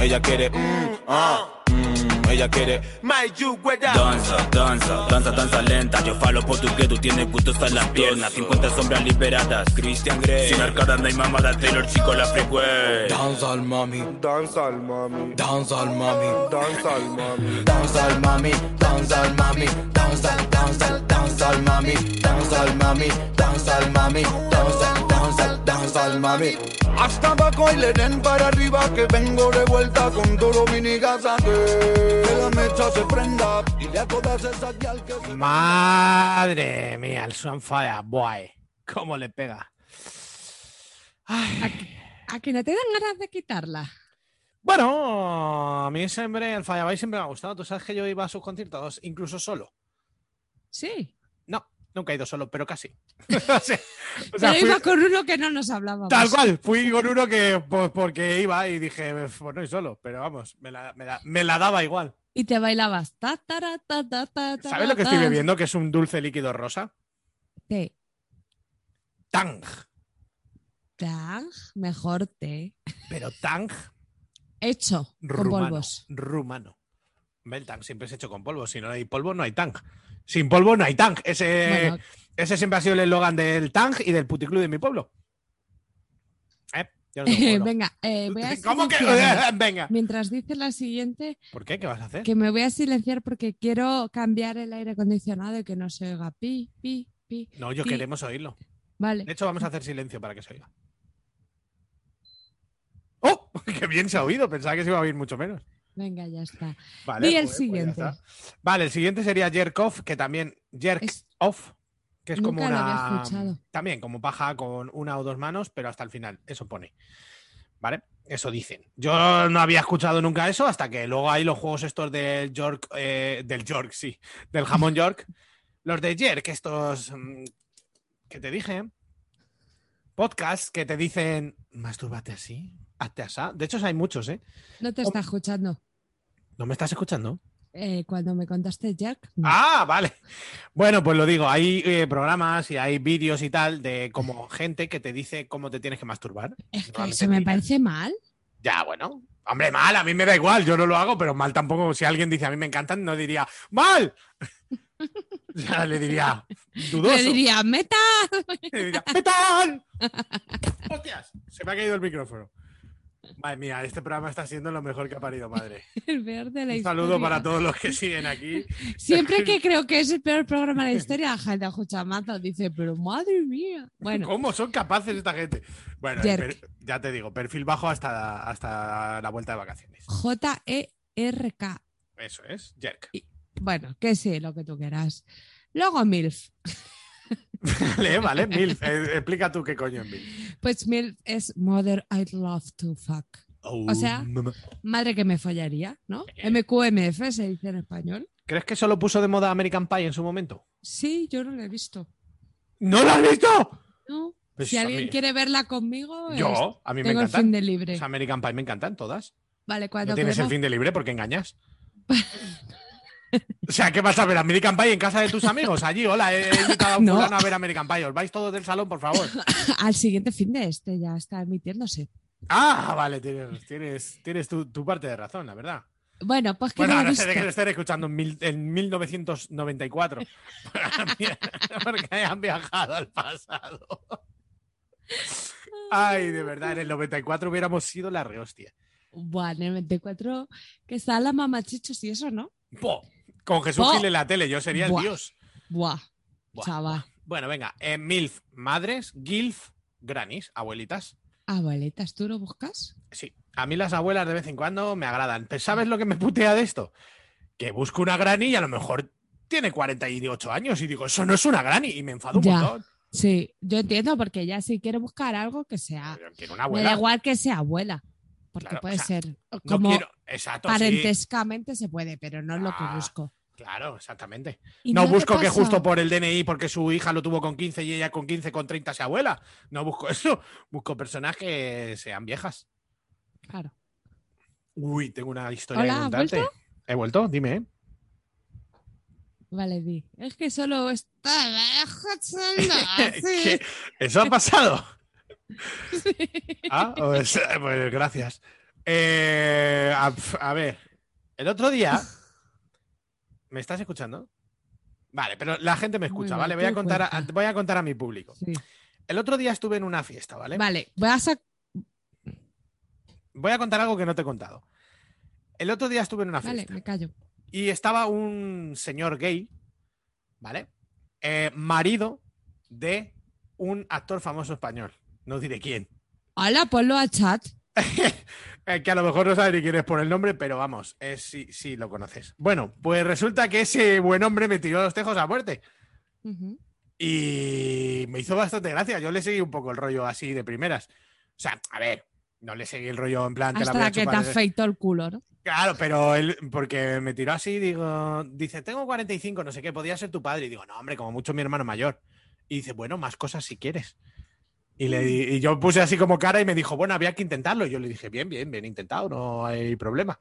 Speaker 9: Ella quiere, mm, ah, mm, ella quiere.
Speaker 7: My you, where the-
Speaker 9: Danza, danza, danza, danza lenta. Yo falo portugués, tú tienes gusto hasta las piernas. 50 sombras liberadas, Christian Grey. Sin arcada no hay mamada, Taylor, chico, la freeway.
Speaker 7: Danza al mami, danza al mami, danza al mami, danza al mami, danza, danza, danza al mami, danza al mami, danza al mami, danza, danza, danza al mami.
Speaker 6: Hasta Paco y le den para arriba que vengo de vuelta con todo mi nigasa. Que la mecha se prenda y de a todas esas guial que se
Speaker 4: Madre mía, el Swan Fire, boy. ¿Cómo le pega? Ay.
Speaker 5: A que no te dan ganas de quitarla.
Speaker 4: Bueno, a mí siempre el Fireboy siempre me ha gustado. Tú sabes que yo iba a sus conciertos incluso solo.
Speaker 5: Sí.
Speaker 4: No, nunca he ido solo, pero casi. o sea, o sea,
Speaker 5: Pero iba
Speaker 4: fui-
Speaker 5: con uno que no nos hablaba.
Speaker 4: Tal cual, fui con uno que pues, porque iba y dije, pues no ir solo, pero vamos, me la, me la- me la daba igual.
Speaker 5: Y te bailabas. ta, tara, ta, ta, ta, ta,
Speaker 4: ¿Sabes lo que
Speaker 5: ta.
Speaker 4: estoy bebiendo? Que es un dulce líquido rosa.
Speaker 5: Té.
Speaker 4: Tang,
Speaker 5: Tang, mejor té.
Speaker 4: pero tang
Speaker 5: Hecho con
Speaker 4: rumano.
Speaker 5: polvos.
Speaker 4: rumano. El tang siempre es hecho con polvo. Si no hay polvo, no hay tang. Sin polvo, no hay tang. Ese,
Speaker 5: Bueno,
Speaker 4: ese siempre ha sido el eslogan del tang y del puticlub de mi pueblo. ¿Eh? Yo no tengo pueblo.
Speaker 5: venga, eh, voy a
Speaker 4: ¿Cómo que?
Speaker 5: silenciarme.
Speaker 4: Venga.
Speaker 5: Mientras dices la siguiente,
Speaker 4: ¿Por qué? ¿Qué vas a hacer?
Speaker 5: que me voy a silenciar porque quiero cambiar el aire acondicionado y que no se oiga pi, pi, pi.
Speaker 4: No, yo
Speaker 5: Ti.
Speaker 4: queremos oírlo.
Speaker 5: Vale.
Speaker 4: De hecho, vamos a hacer silencio para que se oiga. ¡Oh! ¡Qué bien se ha oído! Pensaba que se iba a oír mucho menos.
Speaker 5: Venga, ya está.
Speaker 4: Vale, pues,
Speaker 5: Di el
Speaker 4: ya
Speaker 5: siguiente.
Speaker 4: está. vale, el siguiente sería Jerkov, que también
Speaker 5: Es-
Speaker 4: Jerkov, que es como
Speaker 5: Nunca lo
Speaker 4: una.
Speaker 5: había escuchado.
Speaker 4: También como paja con una o dos manos, pero hasta el final. Eso pone. ¿Vale? Eso dicen. Yo no había escuchado nunca eso hasta que luego hay los juegos estos del York, eh, del York, sí, del jamón York. Los de Jerk, estos mm, que te dije, podcasts que te dicen, mastúrbate así, hazte asá. De hecho, hay muchos, ¿eh?
Speaker 5: No te está escuchando.
Speaker 4: ¿No me estás escuchando?
Speaker 5: Eh, cuando me contaste Jack, no.
Speaker 4: Ah, vale. Bueno, pues lo digo, hay eh, programas y hay vídeos y tal de como gente que te dice cómo te tienes que masturbar.
Speaker 5: es que
Speaker 4: Normalmente
Speaker 5: eso me
Speaker 4: mira.
Speaker 5: parece mal.
Speaker 4: Ya, bueno. Hombre, mal, a mí me da igual, yo no lo hago, pero mal tampoco. Si alguien dice a mí me encantan, no diría mal. ya le diría dudoso.
Speaker 5: Le diría, meta.
Speaker 4: Le diría, ¡Metal! ¡Hostias! Se me ha caído el micrófono. Madre mía, este programa está siendo lo mejor que ha parido, madre.
Speaker 5: El peor de la
Speaker 4: Un saludo
Speaker 5: historia.
Speaker 4: para todos los que siguen aquí.
Speaker 5: Siempre que creo que es el peor programa de la historia, la gente escucha mazo dice, pero madre mía. Bueno,
Speaker 4: ¿Cómo son capaces esta gente? Bueno,
Speaker 5: Jerk.
Speaker 4: per- ya te digo, perfil bajo hasta, hasta la vuelta de vacaciones.
Speaker 5: E J-E-R-K.
Speaker 4: Eso es, Jerk.
Speaker 5: Bueno, que sí, lo que tú quieras. Luego MILF.
Speaker 4: Vale, vale, Mil. eh, explica tú qué coño es Mil.
Speaker 5: Pues MILF es Mother I'd Love to Fuck. O sea-
Speaker 4: mamá.
Speaker 5: Madre que me follaría, ¿no?
Speaker 4: Eh.
Speaker 5: MQMF se dice en español.
Speaker 4: ¿Crees que solo puso de moda American Pie en su momento?
Speaker 5: Sí, yo no lo he visto.
Speaker 4: ¡No lo has visto!
Speaker 5: ¿no?
Speaker 4: Pues
Speaker 5: si
Speaker 4: a
Speaker 5: alguien
Speaker 4: mí-
Speaker 5: quiere verla conmigo, es-
Speaker 4: Yo, a mí me
Speaker 5: tengo el fin
Speaker 4: encantan.
Speaker 5: de Ah, libre.
Speaker 4: Los American Pie me encantan todas.
Speaker 5: Vale,
Speaker 4: No
Speaker 5: cuando
Speaker 4: tienes el
Speaker 5: queremos-
Speaker 4: fin de libre porque engañas. O sea, ¿qué vas a ver? ¿American Pie en casa de tus amigos? Allí, hola, he he invitado a un
Speaker 5: No.
Speaker 4: fulano a ver American Pie. Os vais todos del salón, por favor.
Speaker 5: al siguiente fin de este ya está emitiéndose.
Speaker 4: Ah, vale, tienes, tienes, tienes tu, tu parte de razón, la verdad.
Speaker 5: Bueno, pues que
Speaker 4: Bueno,
Speaker 5: no
Speaker 4: a
Speaker 5: he
Speaker 4: no ser de
Speaker 5: visto.
Speaker 4: que lo estén escuchando en, mil- en 1994. Porque han viajado al pasado. Ay, de verdad, en el 94 hubiéramos sido la rehostia.
Speaker 5: Bueno, en el 24 que está la mamachichos y eso, ¿no?
Speaker 4: Po, Con Jesús
Speaker 5: Oh.
Speaker 4: Gil en la tele, yo sería el
Speaker 5: Buah.
Speaker 4: dios.
Speaker 5: Buah, chava.
Speaker 4: Bueno, venga, eh, MILF, madres, GILF, granis, abuelitas.
Speaker 5: Abuelitas, ¿tú lo buscas?
Speaker 4: Sí, a mí las abuelas de vez en cuando me agradan. Pero ¿sabes lo que me putea de esto? Que busco una granny y a lo mejor tiene 48 años y digo, eso no es una granny y me enfado un
Speaker 5: Ya.
Speaker 4: montón.
Speaker 5: Sí, yo entiendo, porque ella sí quiere buscar algo que sea.
Speaker 4: Quiero una
Speaker 5: Ah. Me
Speaker 4: Eh, abuela.
Speaker 5: da igual que sea abuela, porque
Speaker 4: Claro, o
Speaker 5: puede
Speaker 4: sea,
Speaker 5: ser
Speaker 4: No
Speaker 5: como
Speaker 4: quiero- exacto, sí.
Speaker 5: parentescamente se puede, pero no es lo que busco.
Speaker 4: Claro, exactamente.
Speaker 5: ¿Y
Speaker 4: No,
Speaker 5: no te
Speaker 4: busco que
Speaker 5: pasa?
Speaker 4: justo por el DNI, porque su hija lo tuvo con 15 y ella con 15, con 30 se abuela. No busco eso. Busco personas que sean viejas.
Speaker 5: Claro.
Speaker 4: Uy, tengo una historia
Speaker 5: Hola, ¿has
Speaker 4: inundante.
Speaker 5: vuelto?
Speaker 4: He vuelto, dime. ¿eh?
Speaker 5: Vale, di. Es que solo está ah, escuchando así.
Speaker 4: ¿Qué? ¿Eso ha pasado? Ah, pues, pues gracias. Eh, a, a ver, el otro día. ¿Me estás escuchando? Vale, pero la gente me escucha,
Speaker 5: Bueno,
Speaker 4: ¿vale? Voy a,
Speaker 5: tú
Speaker 4: contar a,
Speaker 5: cuenta.
Speaker 4: voy a contar a mi público.
Speaker 5: Sí.
Speaker 4: El otro día estuve en una fiesta, ¿vale?
Speaker 5: Vale, vas a.
Speaker 4: Voy a contar algo que no te he contado. El otro día estuve en una
Speaker 5: Vale,
Speaker 4: fiesta
Speaker 5: me callo.
Speaker 4: y estaba un señor gay, ¿vale? Eh, marido de un actor famoso español. No diré quién.
Speaker 5: Hola, ponlo a chat.
Speaker 4: Eh, que a lo mejor no sabes ni quién es por el nombre, pero vamos, eh, sí, sí lo conoces. Bueno, pues resulta que ese buen hombre me tiró los tejos a muerte.
Speaker 5: Ujú.
Speaker 4: Y me hizo bastante gracia. Yo le seguí un poco el rollo así de primeras. O sea, a ver, no le seguí el rollo en plan. te la voy
Speaker 5: Hasta
Speaker 4: a
Speaker 5: que te
Speaker 4: chupar. eh.
Speaker 5: afeitó el culo, ¿no?
Speaker 4: Claro, pero él, porque me tiró así, digo, dice, tengo 45, no sé qué, podría ser tu padre. Y digo, no, hombre, como mucho mi hermano mayor. Y dice, bueno, más cosas si quieres. Y, le, di- y yo puse así como cara y me dijo, bueno, había que intentarlo. Y yo le dije, bien, bien, bien intentado, no hay problema.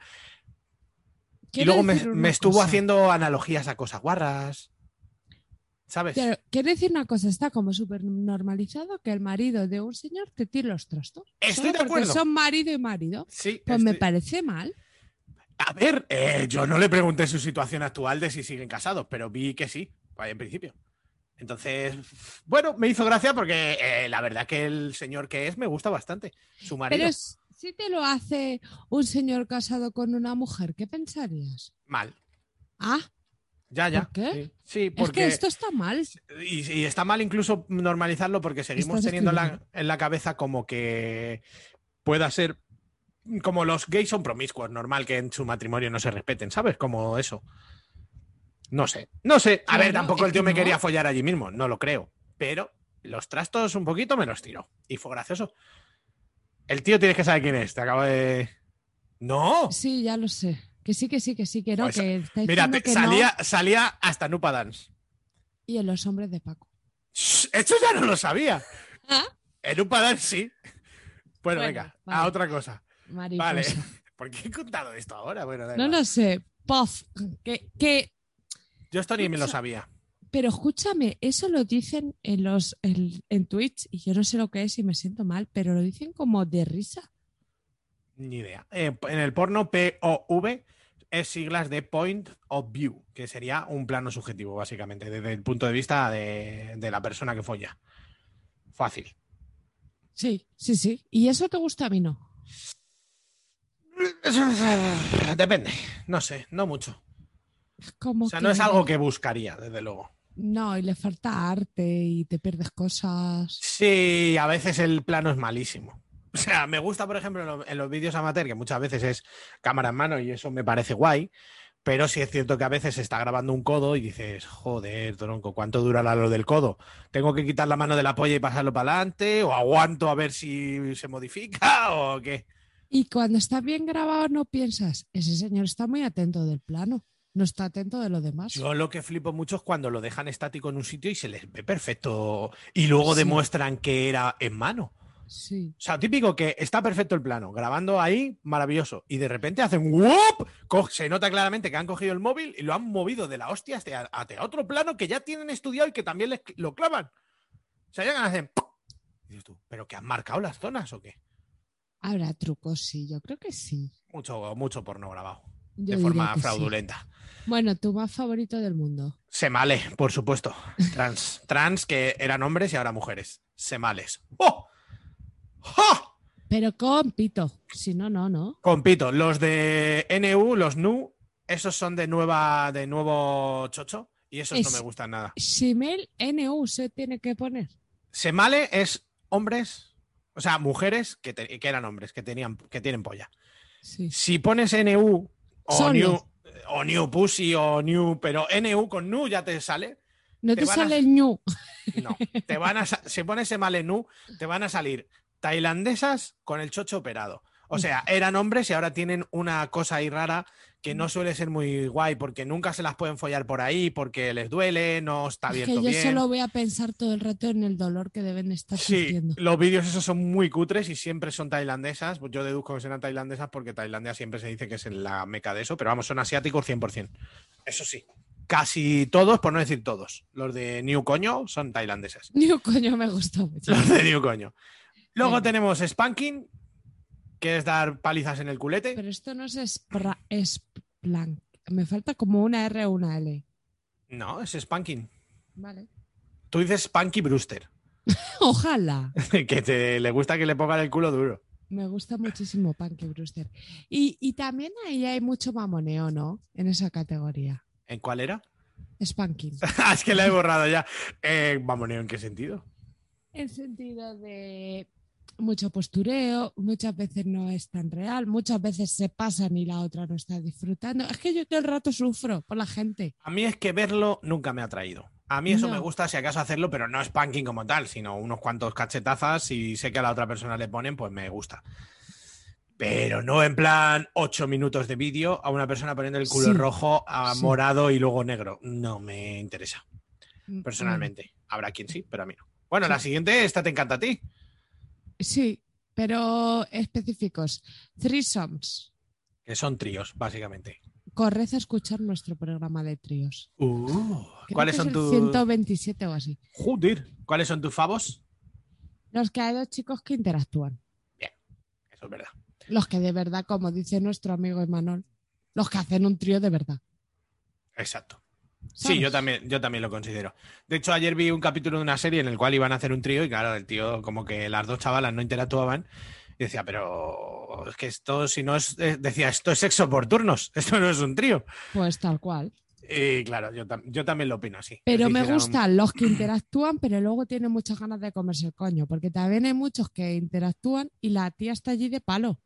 Speaker 4: Y
Speaker 5: Quiero
Speaker 4: luego me,
Speaker 5: decir una
Speaker 4: me estuvo
Speaker 5: cosa.
Speaker 4: haciendo analogías a cosas guarras. ¿Sabes?
Speaker 5: Pero, quiero decir una cosa, está como súper normalizado que el marido de un señor te tire los trastos.
Speaker 4: Estoy
Speaker 5: Solo
Speaker 4: de
Speaker 5: porque
Speaker 4: acuerdo.
Speaker 5: Son marido y marido.
Speaker 4: Sí,
Speaker 5: Pues me
Speaker 4: estoy-
Speaker 5: parece mal.
Speaker 4: A ver, eh, yo no le pregunté su situación actual de si siguen casados, pero vi que sí, pues, en principio. Entonces, bueno, me hizo gracia porque eh, la verdad que el señor que es me gusta bastante. Su marido,
Speaker 5: Pero s- si te lo hace un señor casado con una mujer, ¿qué pensarías?
Speaker 4: mal.
Speaker 5: Ah,
Speaker 4: Ya, ya.
Speaker 5: ¿por qué?
Speaker 4: Sí, Sí,
Speaker 5: es
Speaker 4: porque.
Speaker 5: que esto está mal.
Speaker 4: y, y está mal incluso normalizarlo porque seguimos
Speaker 5: Estás
Speaker 4: teniendo la,
Speaker 5: escribiendo.
Speaker 4: en la cabeza como que pueda ser. Como los gays son promiscuos, normal que en su matrimonio no se respeten, ¿sabes? Como eso. No sé, no sé. A ver,
Speaker 5: Claro,
Speaker 4: tampoco
Speaker 5: es
Speaker 4: el tío
Speaker 5: que
Speaker 4: me
Speaker 5: no.
Speaker 4: quería follar allí mismo, no lo creo. Pero los trastos un poquito me los tiró. Y fue gracioso. El tío tienes que saber quién es, te acabo de. ¡No!
Speaker 5: Sí, ya lo sé. Que sí, que sí, que sí, que no,
Speaker 4: Oh. Pues,
Speaker 5: que está
Speaker 4: Mira,
Speaker 5: diciendo
Speaker 4: te-
Speaker 5: que
Speaker 4: salía,
Speaker 5: no.
Speaker 4: salía hasta Nupa Dance.
Speaker 5: Y en los hombres de Paco.
Speaker 4: Shh, Esto ya no lo sabía.
Speaker 5: ¿Ah?
Speaker 4: En un padán sí. Bueno,
Speaker 5: Bueno,
Speaker 4: venga, a
Speaker 5: vale.
Speaker 4: otra cosa.
Speaker 5: Mariposa.
Speaker 4: Vale. ¿Por qué he contado esto ahora? Bueno, da
Speaker 5: No
Speaker 4: igual.
Speaker 5: lo sé. Puff. Que, que-
Speaker 4: Yo esto ni me lo
Speaker 5: Escucha.
Speaker 4: sabía.
Speaker 5: pero escúchame, eso lo dicen en los en, en Twitch y yo no sé lo que es y me siento mal, pero lo dicen como de risa.
Speaker 4: Ni idea. Eh, en el porno POV es siglas de Point of View, que sería un plano subjetivo, básicamente, desde el punto de vista de, de la persona que folla. Fácil.
Speaker 5: Sí, sí, sí. Y eso te gusta a mí no.
Speaker 4: Depende. No sé, no mucho.
Speaker 5: Es como
Speaker 4: O sea, no es algo que buscaría, desde luego.
Speaker 5: No, y le falta arte y te pierdes cosas.
Speaker 4: Sí, a veces el plano es malísimo. O sea, me gusta, por ejemplo, en lo- en los, vídeos amateur, que muchas veces es cámara en mano y eso me parece guay, pero sí es cierto que a veces se está grabando un codo y dices, joder, tronco, ¿cuánto durará lo del codo? ¿Tengo que quitar la mano de la polla y pasarlo para adelante? ¿O aguanto a ver si se modifica? ¿O qué?
Speaker 5: Y cuando está bien grabado no piensas, ese señor está muy atento del plano, no está atento de lo demás.
Speaker 4: Yo lo que flipo mucho es cuando lo dejan estático en un sitio y se les ve perfecto y luego
Speaker 5: Sí.
Speaker 4: demuestran que era en mano.
Speaker 5: Sí.
Speaker 4: O sea, típico que está perfecto el plano, grabando ahí, maravilloso. Y de repente hacen ¡wop! Co- Se nota claramente que han cogido el móvil y lo han movido de la hostia hasta, hasta otro plano que ya tienen estudiado y que también les, lo clavan. O sea, llegan y hacen. ¡pum! Y dices tú, ¿pero que han marcado las zonas o qué?
Speaker 5: Habrá trucos, sí, yo creo que sí.
Speaker 4: Mucho, mucho porno grabado.
Speaker 5: Yo
Speaker 4: De
Speaker 5: diría
Speaker 4: forma
Speaker 5: que sí.
Speaker 4: fraudulenta.
Speaker 5: Bueno, tu más favorito del mundo.
Speaker 4: Semale, por supuesto. Trans. Trans que eran hombres y ahora mujeres. Semales. ¡Oh! ¡Oh!
Speaker 5: Pero con pito, si no, no, no.
Speaker 4: Compito, los de NU, los NU, esos son de nueva, de nuevo chocho y esos no
Speaker 5: Es-
Speaker 4: me gustan nada.
Speaker 5: Shimel NU se tiene que poner.
Speaker 4: Semale es hombres, o sea, mujeres que, te- que eran hombres, que tenían, que tienen polla. Si pones NU o
Speaker 5: Sony.
Speaker 4: new, o new pussy o new, pero NU con nu ya te sale.
Speaker 5: No
Speaker 4: Te
Speaker 5: te,
Speaker 4: van a-
Speaker 5: sale el ñu.
Speaker 4: Te van a sa- si pones semale nu, te van a salir tailandesas con el chocho operado. O sea, eran hombres y ahora tienen una cosa ahí rara que
Speaker 5: Mm.
Speaker 4: no suele ser muy guay porque nunca se las pueden follar por ahí, porque les duele, no está
Speaker 5: Es
Speaker 4: abierto
Speaker 5: que yo
Speaker 4: bien.
Speaker 5: solo voy a pensar todo el rato en el dolor que deben estar
Speaker 4: Sí,
Speaker 5: sufriendo.
Speaker 4: los vídeos esos son muy cutres y siempre son tailandesas. Pues Yo deduzco que serán tailandesas porque Tailandia siempre se dice que es la meca de eso, pero vamos, son asiáticos 100%. Eso sí, casi todos, por no decir todos, los de New Coño son tailandesas.
Speaker 5: Ñu, coño, me gustó mucho.
Speaker 4: Los de New Coño. Luego tenemos Spanking, que es dar palizas en el culete.
Speaker 5: Pero esto no es spra- es plan. Me falta como una R o una L.
Speaker 4: No, es Spanking.
Speaker 5: Vale.
Speaker 4: Tú dices Spanky Brewster,
Speaker 5: Ojalá.
Speaker 4: que te, le gusta que le pongan el culo duro.
Speaker 5: Me gusta muchísimo Panky Brewster. Y, y también ahí hay mucho mamoneo, ¿no? En esa categoría.
Speaker 4: ¿En cuál era?
Speaker 5: Spanking.
Speaker 4: Ah, es que la he borrado ya. Eh, vamos, ¿en qué sentido?
Speaker 5: En sentido de mucho postureo, muchas veces no es tan real, muchas veces se pasan y la otra no está disfrutando. Es que yo todo el rato sufro por la gente.
Speaker 4: A mí es que verlo nunca me ha traído. A mí eso
Speaker 5: No.
Speaker 4: me gusta, si acaso hacerlo, pero no spanking como tal, sino unos cuantos cachetazas y sé que a la otra persona le ponen, pues me gusta. Pero no en plan ocho minutos de vídeo a una persona poniendo el culo
Speaker 8: Sí,
Speaker 4: rojo a
Speaker 8: sí.
Speaker 4: morado y luego negro. No me interesa,
Speaker 5: Mm,
Speaker 4: personalmente. Habrá quien sí, pero a mí no. Bueno, la siguiente, esta te encanta a ti.
Speaker 5: Sí, pero específicos. Threesomes.
Speaker 4: Que son tríos, básicamente.
Speaker 5: Corred a escuchar nuestro programa de tríos. Creo
Speaker 4: ¿Cuáles
Speaker 5: que
Speaker 4: son
Speaker 5: es el
Speaker 4: tus.
Speaker 5: 127 o así.
Speaker 4: Joder, ¿Cuáles son tus favos?
Speaker 5: Los que hay dos chicos que interactúan.
Speaker 4: Eso es verdad.
Speaker 5: Los que de verdad, como dice nuestro amigo Emanuel, los que hacen un trío de verdad.
Speaker 4: Exacto. Sí,
Speaker 5: ¿Sabes?
Speaker 4: yo también, yo también lo considero. De hecho, ayer vi un capítulo de una serie en el cual iban a hacer un trío y claro, el tío como que las dos chavalas no interactuaban y decía, pero es que esto, si no es, eh, decía, esto es sexo por turnos, esto no es un trío.
Speaker 5: Pues tal cual.
Speaker 4: Y claro, yo, tam- yo también lo opino así.
Speaker 5: Pero
Speaker 4: Si
Speaker 5: me
Speaker 4: hiciera un-
Speaker 5: gustan los que interactúan, pero luego tienen muchas ganas de comerse el coño, porque también hay muchos que interactúan y la tía está allí de palo.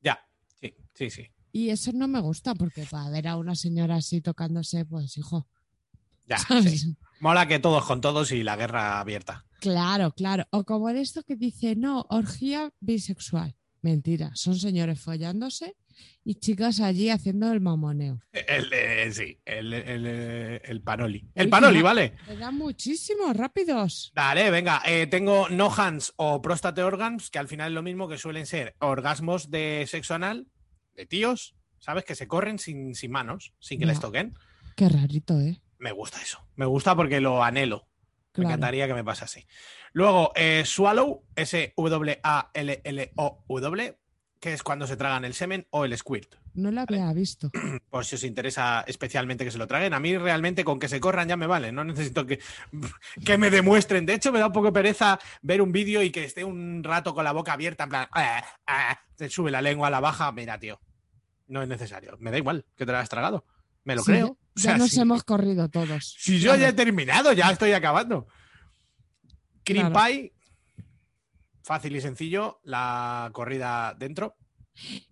Speaker 4: Ya, sí, sí, sí.
Speaker 5: Y eso no me gusta, porque para ver a una señora así tocándose, pues hijo.
Speaker 4: Ya,
Speaker 5: ¿sabes?
Speaker 4: Ah, sí. Mola que todos con todos y la guerra abierta.
Speaker 5: Claro, claro. O como en esto que dice, no, orgía bisexual. Mentira, son señores follándose y chicas allí haciendo el mamoneo.
Speaker 4: El, eh, sí, el, el, eh, el panoli.
Speaker 5: Oye,
Speaker 4: El panoli,
Speaker 5: que da-
Speaker 4: ¿vale?
Speaker 5: que da muchísimo, rápidos.
Speaker 4: Dale, venga, eh, tengo no hands o prostate organs, que al final es lo mismo que suelen ser orgasmos de sexo anal, de tíos, ¿sabes? Que se corren sin, sin manos, sin que les
Speaker 5: Ya.
Speaker 4: toquen.
Speaker 5: Qué rarito, ¿eh?
Speaker 4: Me gusta eso. Me gusta porque lo anhelo. Me
Speaker 5: Claro.
Speaker 4: encantaría que me pasase. Luego, eh, swallow, S-W-A-L-L-O-W, que es cuando se tragan el semen o el squirt.
Speaker 5: No la había visto.
Speaker 4: Por si os interesa especialmente que se lo traguen. A mí realmente con que se corran ya me vale. No necesito que, que me demuestren. De hecho, me da un poco de pereza ver un vídeo y que esté un rato con la boca abierta, en plan, "Ah, ah", se sube la lengua a la baja. Mira, tío, no es necesario. Me da igual que te lo has tragado. Me lo
Speaker 5: Sí,
Speaker 4: creo.
Speaker 5: ya-
Speaker 4: O sea,
Speaker 5: ya nos
Speaker 4: si,
Speaker 5: hemos corrido todos.
Speaker 4: si yo ya he terminado, ya estoy acabando. Cream
Speaker 5: Claro.
Speaker 4: pie, fácil y sencillo, la corrida dentro.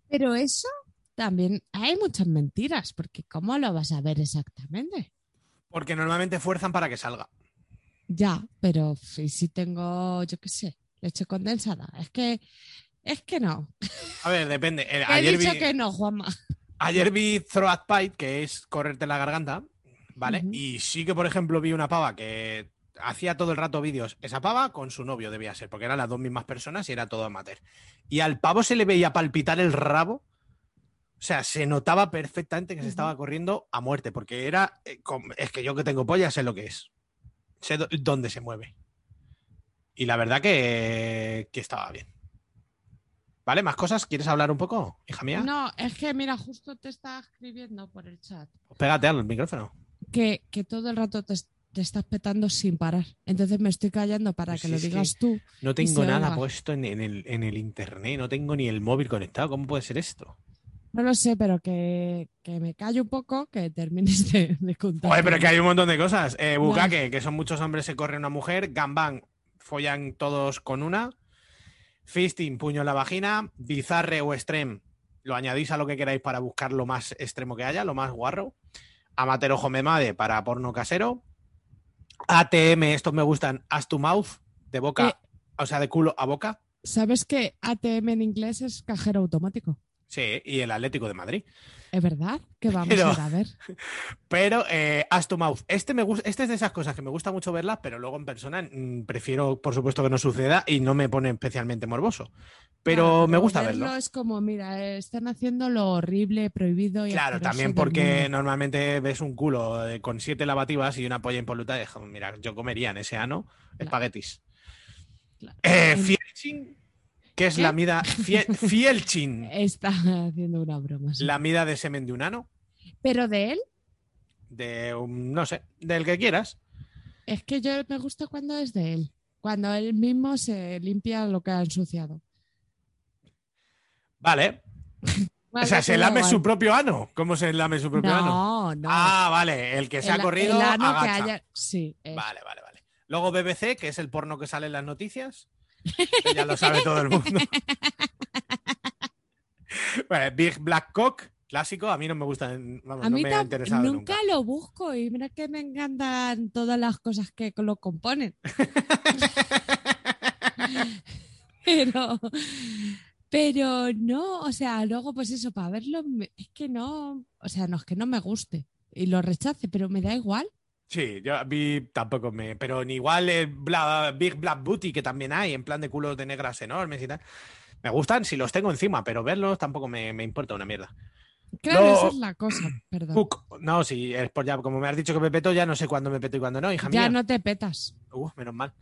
Speaker 5: Pero eso también hay muchas mentiras, porque ¿cómo lo vas a ver exactamente?
Speaker 4: Porque normalmente fuerzan para que salga.
Speaker 5: Ya, pero si si tengo, yo qué sé, leche condensada. Es que, es que no.
Speaker 4: A ver, depende. Eh,
Speaker 5: He
Speaker 4: Ayer
Speaker 5: dicho
Speaker 4: vi-
Speaker 5: que no, Juanma.
Speaker 4: Ayer vi Throat Pipe, que es correrte la garganta, ¿vale? Y sí que, por ejemplo, vi una pava que hacía todo el rato vídeos. Esa pava con su novio debía ser, porque eran las dos mismas personas y era todo amateur. Y al pavo se le veía palpitar el rabo. O sea, se notaba perfectamente que se estaba corriendo a muerte, porque era. eh, com- Es que yo que tengo polla sé lo que es. Sé dó- dónde se mueve. Y la verdad que, que estaba bien. ¿Vale? ¿Más cosas? ¿Quieres hablar un poco, hija mía?
Speaker 5: No, es que mira, justo te está escribiendo por el chat
Speaker 4: Pégate al micrófono.
Speaker 5: que, que todo el rato te, te estás petando sin parar. Entonces me estoy callando para
Speaker 4: Pues
Speaker 5: que
Speaker 4: si
Speaker 5: lo
Speaker 4: es que
Speaker 5: digas tú.
Speaker 4: No
Speaker 5: y
Speaker 4: tengo
Speaker 5: se
Speaker 4: nada
Speaker 5: oiga. Pues,
Speaker 4: puesto en, en el, en el internet, no tengo ni el móvil conectado. ¿Cómo puede ser esto?
Speaker 5: No lo sé, pero que, que me callo un poco, que termines de, de contar.
Speaker 4: Oye, Pues, pero que hay un montón de cosas. Eh, bucaque, que son muchos hombres, se corre una mujer. Gambang, follan todos con una. Fisting, puño en la vagina. Bizarre o extreme, lo añadís a lo que queráis para buscar lo más extremo que haya, lo más guarro. Amateur ojo memade para porno casero. ATM, estos me gustan, as to mouth, de boca,
Speaker 5: Eh.
Speaker 4: o sea, de culo a boca.
Speaker 5: ¿Sabes que ATM en inglés es cajero automático?
Speaker 4: Sí, y el Atlético de Madrid.
Speaker 5: ¿Es verdad? Que vamos
Speaker 4: Pero-
Speaker 5: a ir a ver.
Speaker 4: Pero eh, As to Mouth, este, me gus- este es de esas cosas que me gusta mucho verlas, pero luego en persona mm, prefiero, por supuesto, que no suceda y no me pone especialmente morboso. Pero
Speaker 5: Claro,
Speaker 4: me gusta
Speaker 5: verlo.
Speaker 4: verlo.
Speaker 5: Es como, mira, eh, están haciendo lo horrible, prohibido y
Speaker 4: Claro,
Speaker 5: asqueroso
Speaker 4: también
Speaker 5: del
Speaker 4: porque
Speaker 5: mundo.
Speaker 4: normalmente ves un culo eh, con siete lavativas y una polla impoluta. y dices, Mira, yo comería en ese ano espaguetis. Eh, Fielchin, que es
Speaker 5: ¿Qué? Eh.
Speaker 4: la mida, fie- Fielchin,
Speaker 5: Está haciendo una broma. sí.
Speaker 4: la mida de semen de un ano,
Speaker 5: Pero de él,
Speaker 4: de un, no sé, del que quieras.
Speaker 5: es que yo me gusta cuando es de él. Cuando él mismo se limpia lo que ha ensuciado.
Speaker 4: Vale.
Speaker 5: pues Vale,
Speaker 4: o sea, se
Speaker 5: pero da
Speaker 4: lame
Speaker 5: igual.
Speaker 4: su propio ano. ¿Cómo se lame su propio
Speaker 5: No,
Speaker 4: ano?
Speaker 5: no.
Speaker 4: Ah, vale. El que se
Speaker 5: El-
Speaker 4: ha corrido.
Speaker 5: el ano que
Speaker 4: agacha.
Speaker 5: haya- Sí, es-
Speaker 4: Vale, vale, vale. Luego BBC, que es el porno que sale en las noticias. que ya lo sabe todo el mundo. Vale, Big Black Cock, clásico. A mí no me gusta. Vamos,
Speaker 5: A
Speaker 4: no
Speaker 5: mí
Speaker 4: me ha
Speaker 5: tam-
Speaker 4: interesado nunca.
Speaker 5: nunca lo busco y mira que me encantan todas las cosas que lo componen. pero, pero no, o sea, luego pues eso, para verlo, me- es que no, o sea, no es que no me guste y lo rechace, pero me da igual.
Speaker 4: Sí, yo a mí tampoco me. Pero ni igual eh, Bla- Big Black Booty, que también hay, en plan de culos de negras enormes y tal. Me gustan si los tengo encima, pero verlos tampoco me, me importa una mierda.
Speaker 5: Claro,
Speaker 4: No.
Speaker 5: esa es la cosa, perdón.
Speaker 4: Cook, no, si es por ya, como me has dicho que me peto, ya no sé cuándo me peto y cuándo no, hija
Speaker 5: ya
Speaker 4: mía.
Speaker 5: no te petas.
Speaker 4: Uh, menos mal.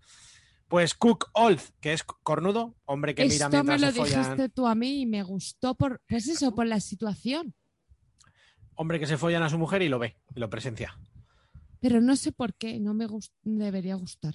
Speaker 4: Pues Cook Old, que es cornudo, hombre que mira
Speaker 5: Esto me
Speaker 4: mientras
Speaker 5: lo
Speaker 4: se follan.
Speaker 5: dijiste tú a mí y me gustó por, pues eso, por la situación.
Speaker 4: Hombre que se follan a su mujer y lo ve, y lo presencia.
Speaker 5: Pero no sé por qué, no me gus- debería gustar.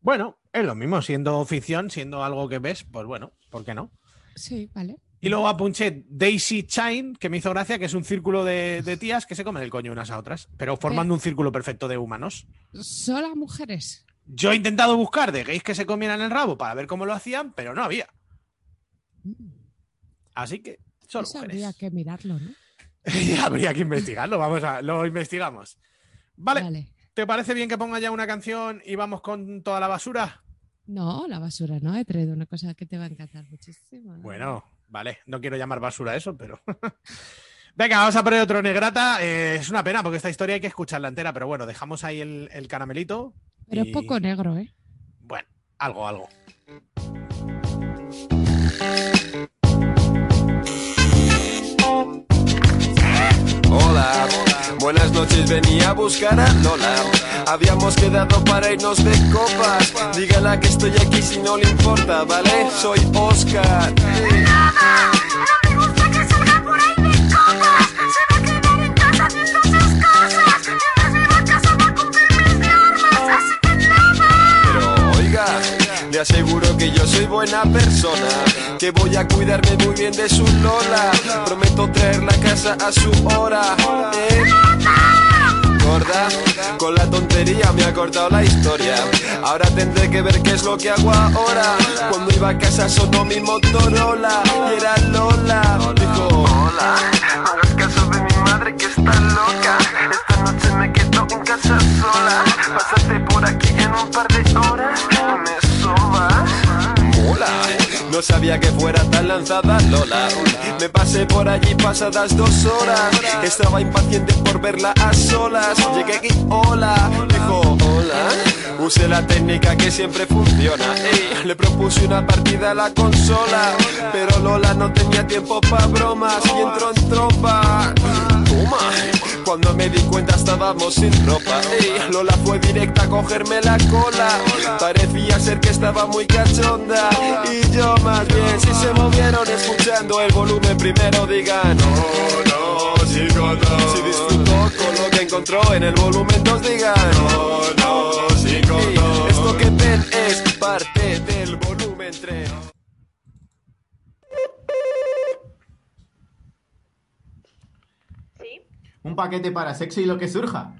Speaker 4: Bueno, es lo mismo, siendo ficción, siendo algo que ves, pues bueno, ¿por qué no?
Speaker 5: Sí, vale.
Speaker 4: Y luego apunché Daisy Chain, que me hizo gracia, que es un círculo de, de tías que se comen el coño unas a otras, pero formando un círculo perfecto de humanos.
Speaker 5: Solo a mujeres.
Speaker 4: Yo he intentado buscar de gays que se comieran el rabo para ver cómo lo hacían, pero no había. Así que solo
Speaker 5: Eso
Speaker 4: mujeres.
Speaker 5: habría que mirarlo, ¿no?
Speaker 4: Habría que investigarlo, vamos a, lo investigamos. Vale. ¿Te parece bien que ponga ya una canción y vamos con toda la basura?
Speaker 5: No, la basura no. He traído una cosa que te va a encantar muchísimo. ¿no?
Speaker 4: Bueno, vale, no quiero llamar basura eso, pero. Venga, vamos a poner otro negrata. Eh, es una pena porque esta historia hay que escucharla entera, pero bueno, dejamos ahí el, el caramelito.
Speaker 5: Pero
Speaker 4: y-
Speaker 5: es poco negro, ¿eh?
Speaker 4: Bueno, algo, algo.
Speaker 8: Hola, buenas noches, venía a buscar a Lola. Habíamos quedado para irnos de copas. Dígala que estoy aquí si no le importa, ¿vale? Soy Oscar.
Speaker 1: No me gusta que salga por ahí de copas. Se va a quedar en casa haciendo sus cosas. Y me va a casa va a cubrirme de armas. Así que nada.
Speaker 8: Pero oiga, le aseguro que yo soy buena persona. Que voy a cuidarme muy bien de su Lola. Prometo traer la casa a su hora. ¿eh? Gorda, con la tontería me ha cortado la historia. Ahora tendré que ver qué es lo que hago ahora. Cuando iba a casa sonó mi Motorola y era Lola. Dijo, hola, no hagas caso de mi madre que está loca. Esta noche me quedo en casa sola. Pásate por aquí en un par de horas. Me sobas. Mola, no sabía que fuera tan lanzada Lola. Me pasé por allí pasadas dos horas. Estaba impaciente por verla a solas. Llegué aquí, hola. Dijo, hola. Usé la técnica que siempre funciona. Ey, le propuse una partida a la consola. Pero Lola no tenía tiempo para bromas y entró en tropa. Toma. Cuando me di cuenta estábamos sin ropa. Ey, Lola fue directa a cogerme la cola. Parecía ser que estaba muy cachonda. Y yo más bien, si se movieron escuchando el volumen primero, digan. "Oh, No, no, chicos, no. Si disfrutó con lo que encontró en el volumen 2, digan. "Oh, No, no, chicos, no. Esto que ven es parte del volumen 3.
Speaker 10: Un paquete para sexo y lo que surja.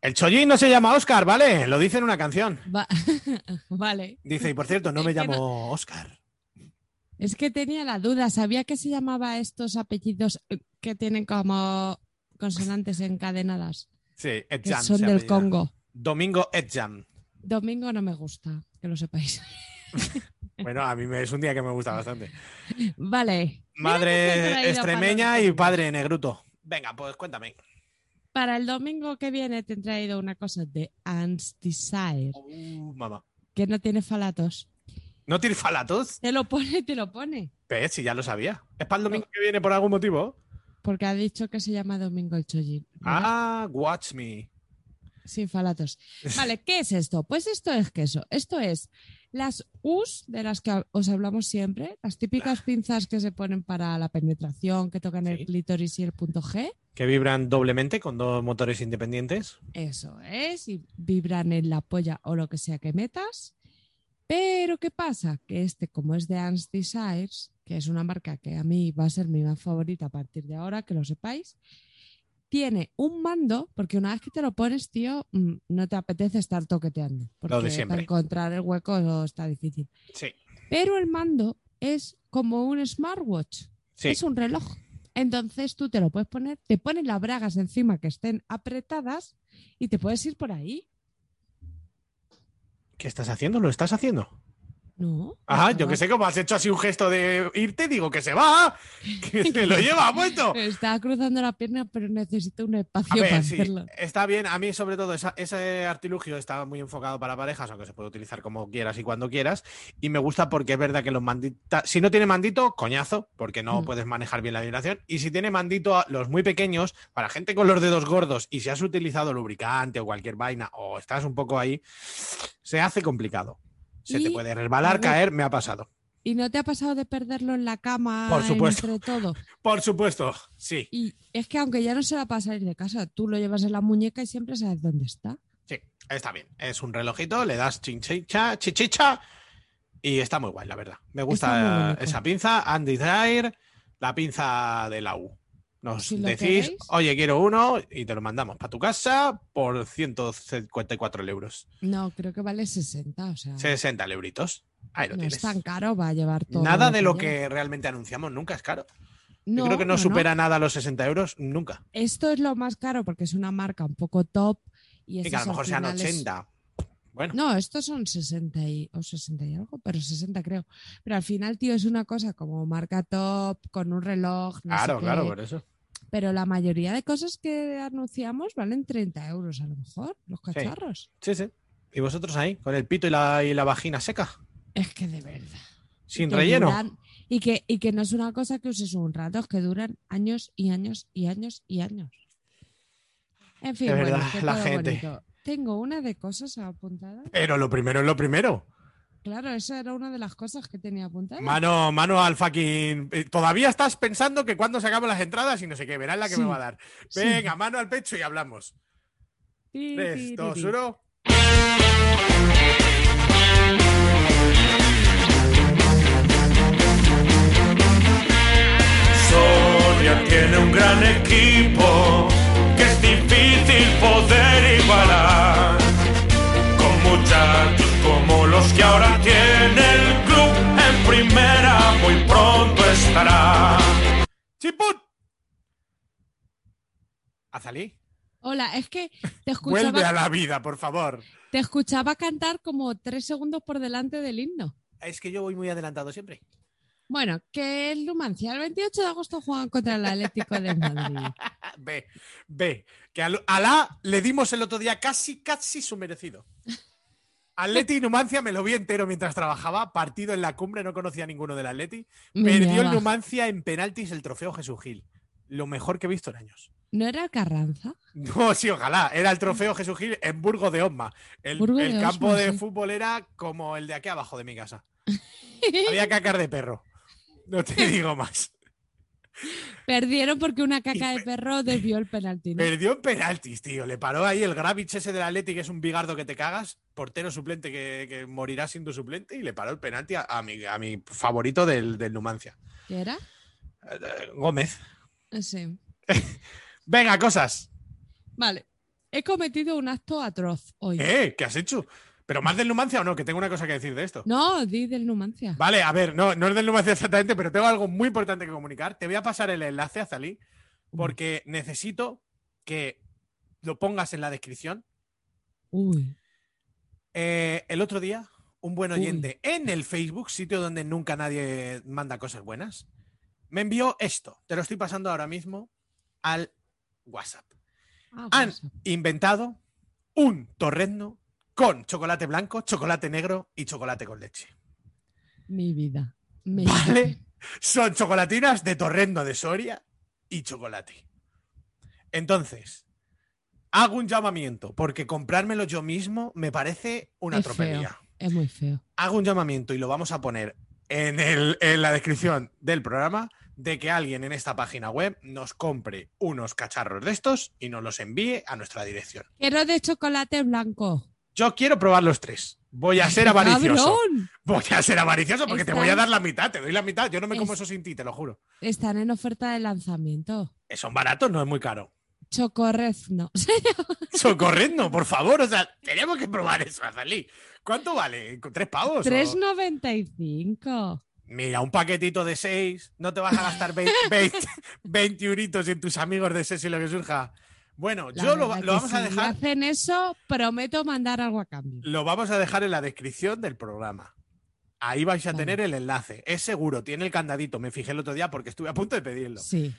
Speaker 4: El Chollín no se llama Oscar, ¿vale? Lo dice en una canción.
Speaker 5: Va- vale.
Speaker 4: Dice, y por cierto, no me
Speaker 5: Es que no-
Speaker 4: llamo Oscar.
Speaker 5: Es que tenía la duda, sabía que se llamaba estos apellidos eh, que tienen como consonantes encadenadas.
Speaker 4: Sí,
Speaker 5: Que
Speaker 4: Edjam.
Speaker 5: son
Speaker 4: se
Speaker 5: del
Speaker 4: apellida.
Speaker 5: Congo.
Speaker 4: Domingo Edjam.
Speaker 5: Domingo no me gusta, que lo sepáis.
Speaker 4: Bueno, a mí me- es un día que me gusta bastante.
Speaker 5: Vale. Mira qué bien
Speaker 4: Madre
Speaker 5: traído,
Speaker 4: extremeña
Speaker 5: Pablo.
Speaker 4: y padre negruto. Venga, pues cuéntame.
Speaker 5: Para el domingo que viene te he traído una cosa de Anne's Desire,
Speaker 4: Uh, mamá.
Speaker 5: que no tiene falatos.
Speaker 4: ¿No tiene falatos?
Speaker 5: Te lo pone, te lo pone.
Speaker 4: Pues si ya lo sabía. ¿Es para el domingo que viene por algún motivo?
Speaker 5: Porque ha dicho que se llama Domingo el Chollín.
Speaker 4: Ah, watch me.
Speaker 5: Sin falatos. Vale, ¿qué es esto? Pues esto es queso. Esto es las U's de las que os hablamos siempre, las típicas pinzas que se ponen para la penetración, que tocan el clítoris y el punto G.
Speaker 4: Que vibran doblemente con dos motores independientes.
Speaker 5: Eso es, y vibran en la polla o lo que sea que metas. Pero ¿qué pasa? Que este, como es de Anne's Desires, que es una marca que a mí va a ser mi más favorita a partir de ahora, que lo sepáis, tiene un mando, porque una vez que te lo pones, tío, mm, no te apetece estar toqueteando. Porque
Speaker 4: de siempre.
Speaker 5: para encontrar el hueco no está difícil.
Speaker 4: Sí.
Speaker 5: Pero el mando es como un smartwatch.
Speaker 4: Sí.
Speaker 5: Es un reloj. Entonces tú te lo puedes poner, te pones las bragas encima que estén apretadas y te puedes ir por ahí.
Speaker 4: ¿Qué estás haciendo? ¿Lo estás haciendo?
Speaker 5: No.
Speaker 4: Ajá, yo que sé cómo has hecho así un gesto de irte, digo que se va, que se lo lleva puesto.
Speaker 5: Estaba cruzando la pierna, pero necesito un
Speaker 4: A
Speaker 5: espacio para
Speaker 4: ver, sí,
Speaker 5: hacerlo.
Speaker 4: está bien. A mí, sobre todo, esa- ese artilugio está muy enfocado para parejas, aunque se puede utilizar como quieras y cuando quieras. Y me gusta porque es verdad que los manditas. Si no tiene mandito, coñazo, porque no
Speaker 11: Mm.
Speaker 4: puedes manejar bien la vibración. Y si tiene mandito, a los muy pequeños, para gente con los dedos gordos, y si has utilizado lubricante o cualquier vaina, o estás un poco ahí, se hace complicado. Se te
Speaker 5: Y-
Speaker 4: puede resbalar,
Speaker 5: a ver.
Speaker 4: caer, me ha pasado.
Speaker 5: ¿Y no te ha pasado de perderlo en la cama
Speaker 4: Por
Speaker 5: en
Speaker 4: supuesto.
Speaker 5: entre todo?
Speaker 4: Por supuesto, sí.
Speaker 5: Y es que aunque ya no se la pasa ir de casa, tú lo llevas en la muñeca y siempre sabes dónde está.
Speaker 4: Sí, está bien. Es un relojito, le das chinchicha, chichicha y está muy guay, la verdad. Me
Speaker 5: Está muy
Speaker 4: gusta
Speaker 5: bonito.
Speaker 4: esa pinza, Andy Dyer, la pinza de la U. Nos
Speaker 5: Si lo
Speaker 4: decís,
Speaker 5: queréis.
Speaker 4: oye, quiero uno y te lo mandamos para tu casa por 154 euros.
Speaker 5: No, creo que vale 60, o sea,
Speaker 4: 60 euritos. Ahí lo
Speaker 5: Ah. no es
Speaker 4: tienes.
Speaker 5: tan caro, va a llevar todo.
Speaker 4: Nada de lo
Speaker 5: lleva.
Speaker 4: que realmente anunciamos nunca es caro.
Speaker 5: No,
Speaker 4: Yo creo que no,
Speaker 5: no, no.
Speaker 4: supera nada los 60 euros nunca.
Speaker 5: Esto es lo más caro porque es una marca un poco top. Y,
Speaker 4: Y que a
Speaker 5: estos
Speaker 4: lo
Speaker 5: al
Speaker 4: mejor sean
Speaker 5: final es-
Speaker 4: 80. Bueno.
Speaker 5: No, estos son 60 y, o 60 y algo, pero 60 creo. Pero al final, tío, es una cosa como marca top, con un reloj. no sé
Speaker 4: Claro,
Speaker 5: qué.
Speaker 4: claro, por eso.
Speaker 5: Pero la mayoría de cosas que anunciamos valen 30 euros a lo mejor, los
Speaker 4: Sí.
Speaker 5: cacharros.
Speaker 4: Sí, sí. ¿Y vosotros ahí? Con el pito y la, y la vagina seca.
Speaker 5: Es que de verdad.
Speaker 4: Sin
Speaker 5: que
Speaker 4: relleno.
Speaker 5: duran- y, que, y que no es una cosa que uses un rato, es que duran años y años y años y años. En fin,
Speaker 4: Es
Speaker 5: bueno,
Speaker 4: verdad,
Speaker 5: que
Speaker 4: la
Speaker 5: todo
Speaker 4: gente.
Speaker 5: bonito. Tengo una de cosas apuntadas.
Speaker 4: Pero lo primero es lo primero.
Speaker 5: Claro, esa era una de las cosas que tenía apuntada.
Speaker 4: Mano, mano al fucking. eh, Todavía estás pensando que cuando se acaban las entradas y no sé qué, verás la que
Speaker 5: Sí,
Speaker 4: me va a dar.
Speaker 5: sí.
Speaker 4: Venga, mano al pecho y hablamos.
Speaker 5: Ti, ti,
Speaker 4: Tres,
Speaker 5: ti,
Speaker 4: dos,
Speaker 5: ti.
Speaker 4: uno.
Speaker 12: Soria tiene un gran equipo que es difícil poder igualar. Con muchachos como los que ahora tiene el club en primera muy pronto estará.
Speaker 4: ¡Chiput! ¿Azalí?
Speaker 5: Hola, es que te escuchaba,
Speaker 4: Vuelve a la vida, por favor.
Speaker 5: te escuchaba cantar como tres segundos por delante del himno.
Speaker 4: Es que yo voy muy adelantado siempre.
Speaker 5: Bueno, que es Lumancia. El 28 de agosto juegan contra el Atlético de Madrid.
Speaker 4: Ah, Ve, ve. Que al- a la le dimos el otro día casi, casi su merecido. Atleti y Numancia me lo vi entero mientras trabajaba. Partido en la cumbre, no conocía a ninguno del Atleti.
Speaker 5: Me
Speaker 4: Perdió el
Speaker 5: meaba.
Speaker 4: Numancia en penaltis el trofeo Jesús Gil. Lo mejor que he visto en años.
Speaker 5: ¿No era Carranza?
Speaker 4: No, sí, ojalá. Era el trofeo Jesús Gil en Burgos de Osma. El,
Speaker 5: Burgos
Speaker 4: el
Speaker 5: de
Speaker 4: campo
Speaker 5: Osma,
Speaker 4: de
Speaker 5: sí.
Speaker 4: fútbol era como el de aquí abajo de mi casa. Había cacar de perro. No te digo más.
Speaker 5: Perdieron porque una caca de perro desvió el penalti. ¿no?
Speaker 4: Perdió en penaltis, tío. Le paró ahí el Gravich ese del Atleti, que es un bigardo que te cagas, portero suplente que, que morirá siendo suplente, y le paró el penalti a, a mi, a mi favorito del, del Numancia.
Speaker 5: ¿Qué era?
Speaker 4: Gómez.
Speaker 5: Sí.
Speaker 4: Venga, cosas.
Speaker 5: Vale. He cometido un acto atroz hoy.
Speaker 4: ¿Eh? ¿Qué has hecho? ¿Pero más del Numancia o no? Que tengo una cosa que decir de esto.
Speaker 5: No, di del Numancia.
Speaker 4: Vale, a ver, no, no es del Numancia exactamente, pero tengo algo muy importante que comunicar. Te voy a pasar el enlace a Zalí porque necesito que lo pongas en la descripción.
Speaker 5: Uy.
Speaker 4: Eh, el otro día, un buen
Speaker 5: Uy.
Speaker 4: oyente en el Facebook, sitio donde nunca nadie manda cosas buenas, me envió esto. Te lo estoy pasando ahora mismo al WhatsApp.
Speaker 5: Ah,
Speaker 4: Han inventado un torrezno con chocolate blanco, chocolate negro y chocolate con leche.
Speaker 5: Mi vida. Mi
Speaker 4: ¿Vale? Son chocolatinas de torrendo de Soria y chocolate. Entonces, hago un llamamiento, porque comprármelo yo mismo me parece una
Speaker 5: es feo.
Speaker 4: tropelía.
Speaker 5: Es muy feo.
Speaker 4: Hago un llamamiento y lo vamos a poner en, el- en la descripción del programa de que alguien en esta página web nos compre unos cacharros de estos y nos los envíe a nuestra dirección.
Speaker 5: Quiero de chocolate blanco.
Speaker 4: Yo quiero probar los tres. Voy a ser avaricioso.
Speaker 5: ¡Cabrón!
Speaker 4: Voy a ser avaricioso porque te voy a
Speaker 5: Están-
Speaker 4: dar la mitad, te doy la mitad. Yo no me como
Speaker 5: Es-
Speaker 4: eso sin ti, te lo juro.
Speaker 5: Están en oferta de lanzamiento.
Speaker 4: Eh, Son baratos, no es muy caro.
Speaker 5: Chocorrezno.
Speaker 4: Pues Socorredno, por favor. O sea, tenemos que probar eso, Azalí. ¿Cuánto vale? ¿Con ¿Tres pavos? o-
Speaker 5: 3.95.
Speaker 4: Mira, un paquetito de seis. No te vas a gastar 20, 20 euritos en tus amigos de Sesi lo que surja. Bueno,
Speaker 5: La
Speaker 4: yo lo,
Speaker 5: verdad
Speaker 4: lo
Speaker 5: que
Speaker 4: vamos a
Speaker 5: si
Speaker 4: dejar,
Speaker 5: hacen eso, prometo mandar algo a cambio.
Speaker 4: lo vamos a dejar en la descripción del programa. Ahí vais a tener el enlace. Es seguro, tiene el candadito. Me fijé el otro día porque estuve a punto de pedirlo.
Speaker 5: Sí.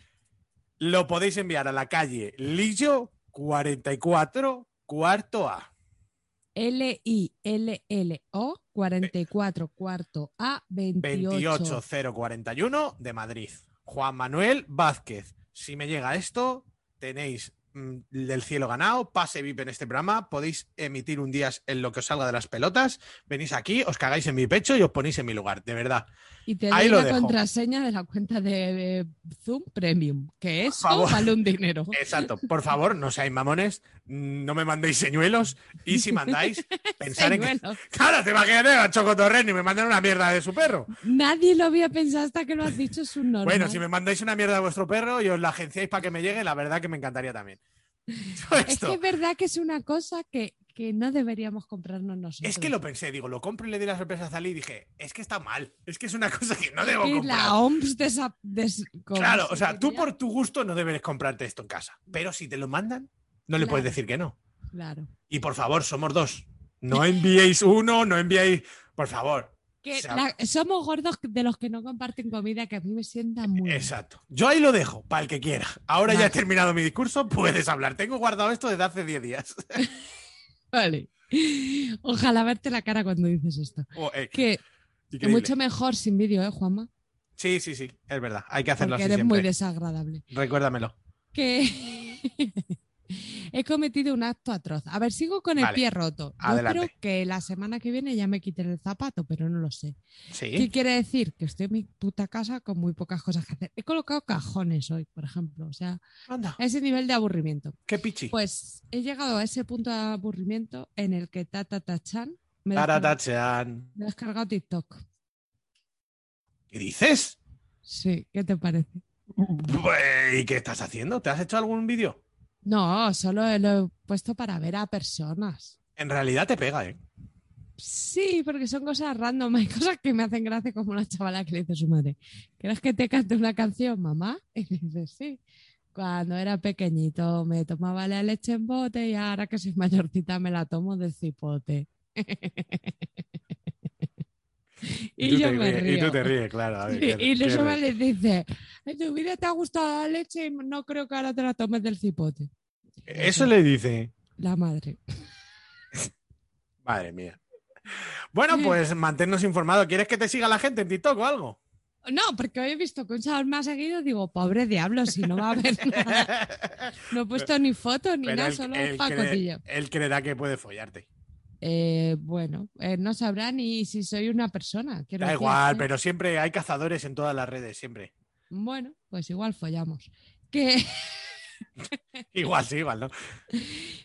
Speaker 4: Lo podéis enviar a la calle Lillo 44, cuarto A.
Speaker 5: L-I-L-L-O 44 cuarto A 28.
Speaker 4: 28041 de Madrid. Juan Manuel Vázquez. Si me llega esto, tenéis mm, del cielo ganado, pase VIP en este programa, podéis emitir un día en lo que os salga de las pelotas, venís aquí, os cagáis en mi pecho y os ponéis en mi lugar, de verdad.
Speaker 5: Y te
Speaker 4: Ahí
Speaker 5: doy
Speaker 4: lo
Speaker 5: la
Speaker 4: dejo.
Speaker 5: contraseña de la cuenta de eh, Zoom Premium, que es
Speaker 4: favor. Eh,
Speaker 5: vale un dinero.
Speaker 4: Exacto, por favor, no seáis mamones, mm, no me mandéis señuelos y si mandáis, pensar en que...
Speaker 5: Señuelos.
Speaker 4: Claro, te imaginas a Chocotorren y me mandan una mierda de su perro.
Speaker 5: Nadie lo había pensado hasta que lo has dicho, es un normal.
Speaker 4: Bueno, si me mandáis una mierda de vuestro perro y os la agenciáis para que me llegue, la verdad que me encantaría también.
Speaker 5: Es que es verdad que es una cosa que, que no deberíamos comprarnos nosotros.
Speaker 4: Es que lo pensé, digo, lo compro y le di la sorpresa a Zalí y dije, es que está mal, es que es una cosa que no debo
Speaker 5: Y
Speaker 4: comprar.
Speaker 5: la OMS desa- des- ¿cómo
Speaker 4: Claro,
Speaker 5: se
Speaker 4: o sea, tú
Speaker 5: diría?
Speaker 4: por tu gusto no debes comprarte esto en casa, pero si te lo mandan, no le puedes
Speaker 5: Claro.
Speaker 4: decir que no.
Speaker 5: Claro.
Speaker 4: Y por favor, somos dos. No enviéis uno, no enviéis, por favor.
Speaker 5: Que
Speaker 4: O sea,
Speaker 5: la- somos gordos de los que no comparten comida, que a mí me sienta muy.
Speaker 4: E-,
Speaker 5: mal.
Speaker 4: Exacto. Yo ahí lo dejo, para el que quiera. Ahora ya he
Speaker 5: Vale.
Speaker 4: terminado mi discurso, puedes hablar. Tengo guardado esto desde hace 10 días.
Speaker 5: Vale. Ojalá verte la cara cuando dices esto.
Speaker 4: Oh, eh,
Speaker 5: Que
Speaker 4: increíble.
Speaker 5: mucho mejor sin vídeo, ¿eh, Juanma?
Speaker 4: Sí, sí, sí, es verdad. Hay que hacerlo
Speaker 5: Porque
Speaker 4: así
Speaker 5: eres muy
Speaker 4: siempre.
Speaker 5: desagradable.
Speaker 4: Recuérdamelo.
Speaker 5: Que he cometido un acto atroz. A ver, sigo con el
Speaker 4: Vale.
Speaker 5: pie roto. Yo
Speaker 4: Adelante.
Speaker 5: creo que la semana que viene ya me quiten el zapato, pero no lo sé.
Speaker 4: Sí.
Speaker 5: ¿Qué quiere decir? Que estoy en mi puta casa con muy pocas cosas que hacer. He colocado cajones hoy, por ejemplo. O sea,
Speaker 4: Anda.
Speaker 5: a ese nivel de aburrimiento.
Speaker 4: Qué pichi.
Speaker 5: Pues he llegado a ese punto de aburrimiento en el que Tata Tachan me ha descargado-
Speaker 4: Taratachan.
Speaker 5: me ha descargado TikTok.
Speaker 4: ¿Qué dices?
Speaker 5: Sí, ¿qué te parece?
Speaker 4: Mm. Bue- ¿Y qué estás haciendo? ¿Te has hecho algún vídeo?
Speaker 5: No, solo lo he puesto para ver a personas.
Speaker 4: En realidad te pega, ¿eh?
Speaker 5: Sí, porque son cosas random, hay cosas que me hacen gracia, como una chavala que le dice a su madre, ¿quieres que te cante una canción, mamá? Y le dice, sí. Cuando era pequeñito me tomaba la leche en bote y ahora que soy mayorcita me la tomo de cipote. y,
Speaker 4: tú
Speaker 5: yo
Speaker 4: te
Speaker 5: me
Speaker 4: ríes,
Speaker 5: río.
Speaker 4: y tú te ríes, claro. a ver,
Speaker 5: Sí,
Speaker 4: qué-
Speaker 5: y
Speaker 4: qué
Speaker 5: los
Speaker 4: res-
Speaker 5: les dice, en tu vida te ha gustado la leche y no creo que ahora te la tomes del cipote.
Speaker 4: Eso le dice.
Speaker 5: La madre.
Speaker 4: Madre mía. Bueno, pues manténnos informados. ¿Quieres que te siga la gente en TikTok o algo?
Speaker 5: No, porque hoy he visto que un chaval me ha seguido, digo, pobre diablo, si no va a haber nada. No he puesto ni foto ni
Speaker 4: Pero
Speaker 5: nada,
Speaker 4: él-
Speaker 5: solo
Speaker 4: él
Speaker 5: pacotillo.
Speaker 4: cree- él creerá que puede follarte.
Speaker 5: Eh, bueno, eh, no sabrá ni si soy una persona. quiero
Speaker 4: Da
Speaker 5: decir,
Speaker 4: igual,
Speaker 5: ¿eh?
Speaker 4: pero siempre hay cazadores en todas las redes, siempre.
Speaker 5: Bueno, pues igual follamos. Que
Speaker 4: Igual, sí, igual, ¿no?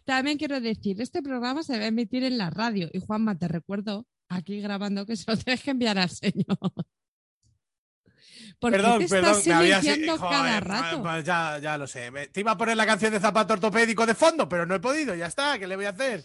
Speaker 5: también quiero decir, este programa se va a emitir en la radio. Y Juanma, te recuerdo aquí grabando que se lo tienes que enviar al señor. ¿Por qué
Speaker 4: perdón,
Speaker 5: te
Speaker 4: perdón,
Speaker 5: estás
Speaker 4: me había
Speaker 5: eligiendo
Speaker 4: joder,
Speaker 5: cada
Speaker 4: ma-
Speaker 5: rato?
Speaker 4: ma- Ya, ya lo sé. Me- Te iba a poner la canción de zapato ortopédico de fondo, pero no he podido. Ya está, ¿qué le voy a hacer?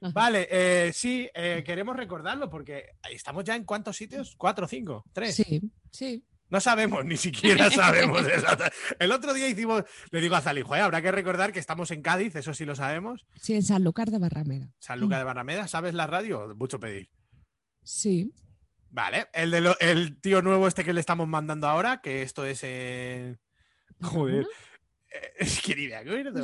Speaker 4: Vale, eh, sí, eh, queremos recordarlo porque estamos ya en cuántos sitios? ¿Cuatro, cinco, tres?
Speaker 5: Sí, sí.
Speaker 4: No sabemos, ni siquiera sabemos. exacta- El otro día hicimos, le digo a Zalijo, "Eh, habrá que recordar que estamos en Cádiz, eso sí lo sabemos.
Speaker 5: Sí, en Sanlúcar de Barrameda.
Speaker 4: San Lucas de Barrameda, ¿sabes la radio? Mucho pedir.
Speaker 5: Sí.
Speaker 4: Vale, el, de lo- el tío nuevo este que le estamos mandando ahora, que esto es en... Joder. Eh, Es que ni me acuerdo.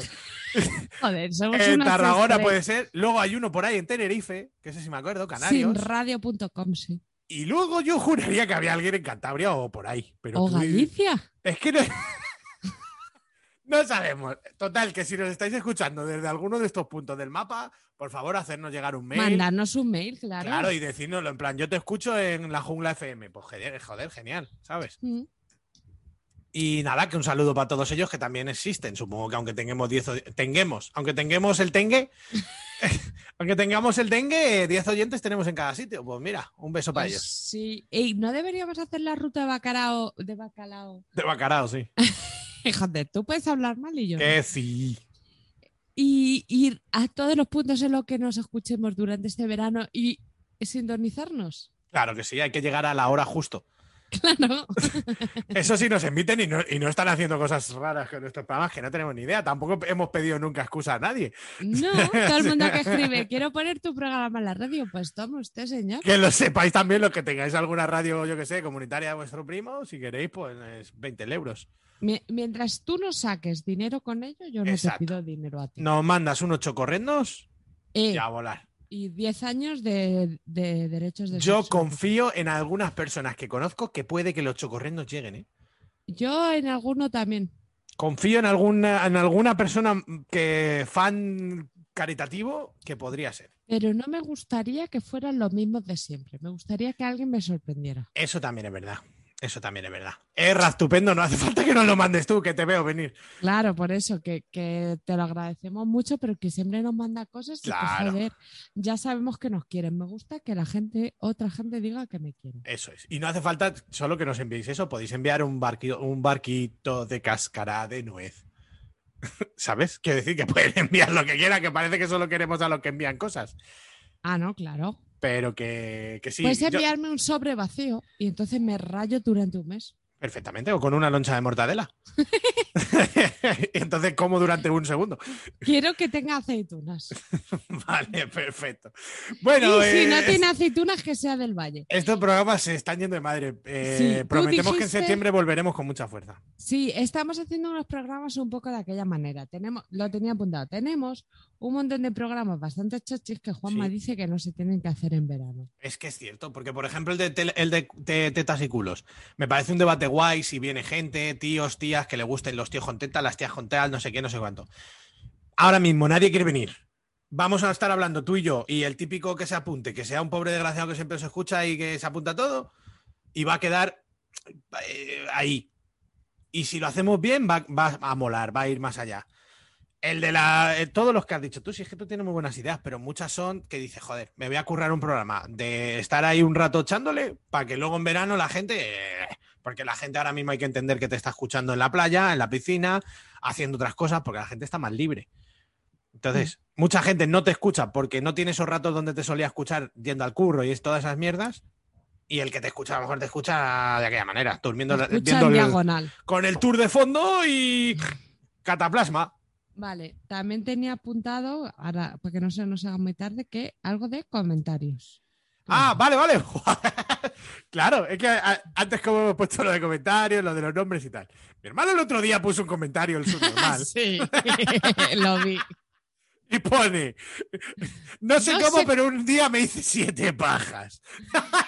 Speaker 5: Joder, somos
Speaker 4: En
Speaker 5: unas
Speaker 4: Eh, Tarragona
Speaker 5: estrellas.
Speaker 4: puede ser. Luego hay uno por ahí en Tenerife, que ese sí me acuerdo,
Speaker 5: Sin
Speaker 4: Canarios.
Speaker 5: radio.com, sí.
Speaker 4: y luego yo juraría que había alguien en Cantabria o por ahí. Pero
Speaker 5: O
Speaker 4: tú-
Speaker 5: Galicia.
Speaker 4: Es que no... no sabemos. Total, que si nos estáis escuchando desde alguno de estos puntos del mapa, por favor, hacernos llegar un mail.
Speaker 5: Mandarnos un mail, claro.
Speaker 4: Claro, y decírnoslo en plan, yo te escucho en la jungla FM. Pues joder, joder, genial, ¿sabes?
Speaker 5: Mm.
Speaker 4: Y nada, que un saludo para todos ellos que también existen. Supongo que aunque tengamos 10 o- tengamos, aunque tengamos el tengue, aunque tengamos el dengue, 10 oyentes tenemos en cada sitio. Pues mira, un beso para
Speaker 5: Pues
Speaker 4: ellos.
Speaker 5: Sí. Ey, ¿no deberíamos hacer la ruta de bacalao? De bacalao.
Speaker 4: De bacarao, sí.
Speaker 5: Fíjate, tú puedes hablar mal y yo. no.
Speaker 4: Que sí.
Speaker 5: Y ir a todos los puntos en los que nos escuchemos durante este verano y sintonizarnos.
Speaker 4: Claro que sí, hay que llegar a la hora justo.
Speaker 5: Claro.
Speaker 4: Eso sí, nos inviten y no, y no están haciendo cosas raras con nuestros programas que no tenemos ni idea. Tampoco hemos pedido nunca excusa a nadie.
Speaker 5: No, todo el mundo que escribe, quiero poner tu programa en la radio. Pues toma usted, señor.
Speaker 4: Que lo sepáis también los que tengáis alguna radio, yo que sé, comunitaria de vuestro primo, si queréis, pues es 20 euros.
Speaker 5: Mi- Mientras tú no saques dinero con ello, yo no
Speaker 4: Exacto.
Speaker 5: te pido dinero a ti.
Speaker 4: Nos mandas unos chocorrendos
Speaker 5: Eh.
Speaker 4: y a volar.
Speaker 5: Y 10 años de, de derechos de
Speaker 4: Yo
Speaker 5: sexo.
Speaker 4: confío en algunas personas que conozco que puede que los chocorrendos lleguen, ¿eh?
Speaker 5: Yo en alguno también.
Speaker 4: Confío en alguna, en alguna persona mm, que fan caritativo que podría ser.
Speaker 5: Pero no me gustaría que fueran los mismos de siempre. Me gustaría que alguien me sorprendiera.
Speaker 4: Eso también es verdad. Eso también es verdad. Erra, estupendo, no hace falta que nos lo mandes tú, que te veo venir.
Speaker 5: Claro, por eso, que, que te lo agradecemos mucho, pero que siempre nos manda cosas y que,
Speaker 4: Claro.
Speaker 5: joder, ya sabemos que nos quieren. Me gusta que la gente, otra gente diga que me quiere.
Speaker 4: Eso es. Y no hace falta solo que nos enviéis eso, podéis enviar un barquito, un barquito de cáscara de nuez. ¿Sabes? Quiero decir que pueden enviar lo que quieran, que parece que solo queremos a los que envían cosas.
Speaker 5: Ah, no, claro.
Speaker 4: Pero que, que sí.
Speaker 5: Puedes
Speaker 4: yo-
Speaker 5: enviarme un sobre vacío y entonces me rayo durante un mes.
Speaker 4: Perfectamente, o con una loncha de mortadela. Y Entonces, como durante un segundo.
Speaker 5: Quiero que tenga aceitunas.
Speaker 4: Vale, perfecto. Bueno,
Speaker 5: y si no
Speaker 4: eh,
Speaker 5: tiene aceitunas, que sea del valle.
Speaker 4: estos programas se están yendo de madre. Eh,
Speaker 5: Sí, tú
Speaker 4: prometemos que en
Speaker 5: dijiste-
Speaker 4: septiembre volveremos con mucha fuerza.
Speaker 5: Sí, estamos haciendo unos programas un poco de aquella manera. Tenemos, lo tenía apuntado. Tenemos un montón de programas bastante chochis que Juanma
Speaker 4: Sí.
Speaker 5: dice que no se tienen que hacer en verano.
Speaker 4: Es que es cierto, porque por ejemplo el de, tel- el de te- tetas y culos. Me parece un debate guay si viene gente, tíos, tías, que le gusten los tíos con tetas, las tías con tetas, no sé qué, no sé cuánto. Ahora mismo nadie quiere venir. Vamos a estar hablando tú y yo y el típico que se apunte, que sea un pobre desgraciado que siempre se escucha y que se apunta a todo, y va a quedar eh, ahí. Y si lo hacemos bien, va, va a molar, va a ir más allá. El de la. eh, todos los que has dicho tú, sí es que tú tienes muy buenas ideas, pero muchas son que dices, joder, me voy a currar un programa de estar ahí un rato echándole para que luego en verano la gente. eh, porque la gente ahora mismo hay que entender que te está escuchando en la playa, en la piscina, haciendo otras cosas, porque la gente está más libre. Entonces, mucha gente no te escucha porque no tiene esos ratos donde te solía escuchar yendo al curro y es todas esas mierdas. Y el que te escucha, a lo mejor te escucha de aquella manera, durmiendo
Speaker 5: Escucha
Speaker 4: viendo
Speaker 5: en
Speaker 4: el-
Speaker 5: diagonal.
Speaker 4: con el tour de fondo y cataplasma.
Speaker 5: Vale, también tenía apuntado, ahora, para que no se nos haga muy tarde, que algo de comentarios.
Speaker 4: Ah, vale, vale. claro, es que a- antes como hemos puesto lo de comentarios, lo de los nombres y tal. Mi hermano el otro día puso un comentario el normal
Speaker 5: Ah, sí, lo vi.
Speaker 4: y pone, no sé
Speaker 5: No
Speaker 4: cómo,
Speaker 5: sé-
Speaker 4: pero un día me hice siete pajas.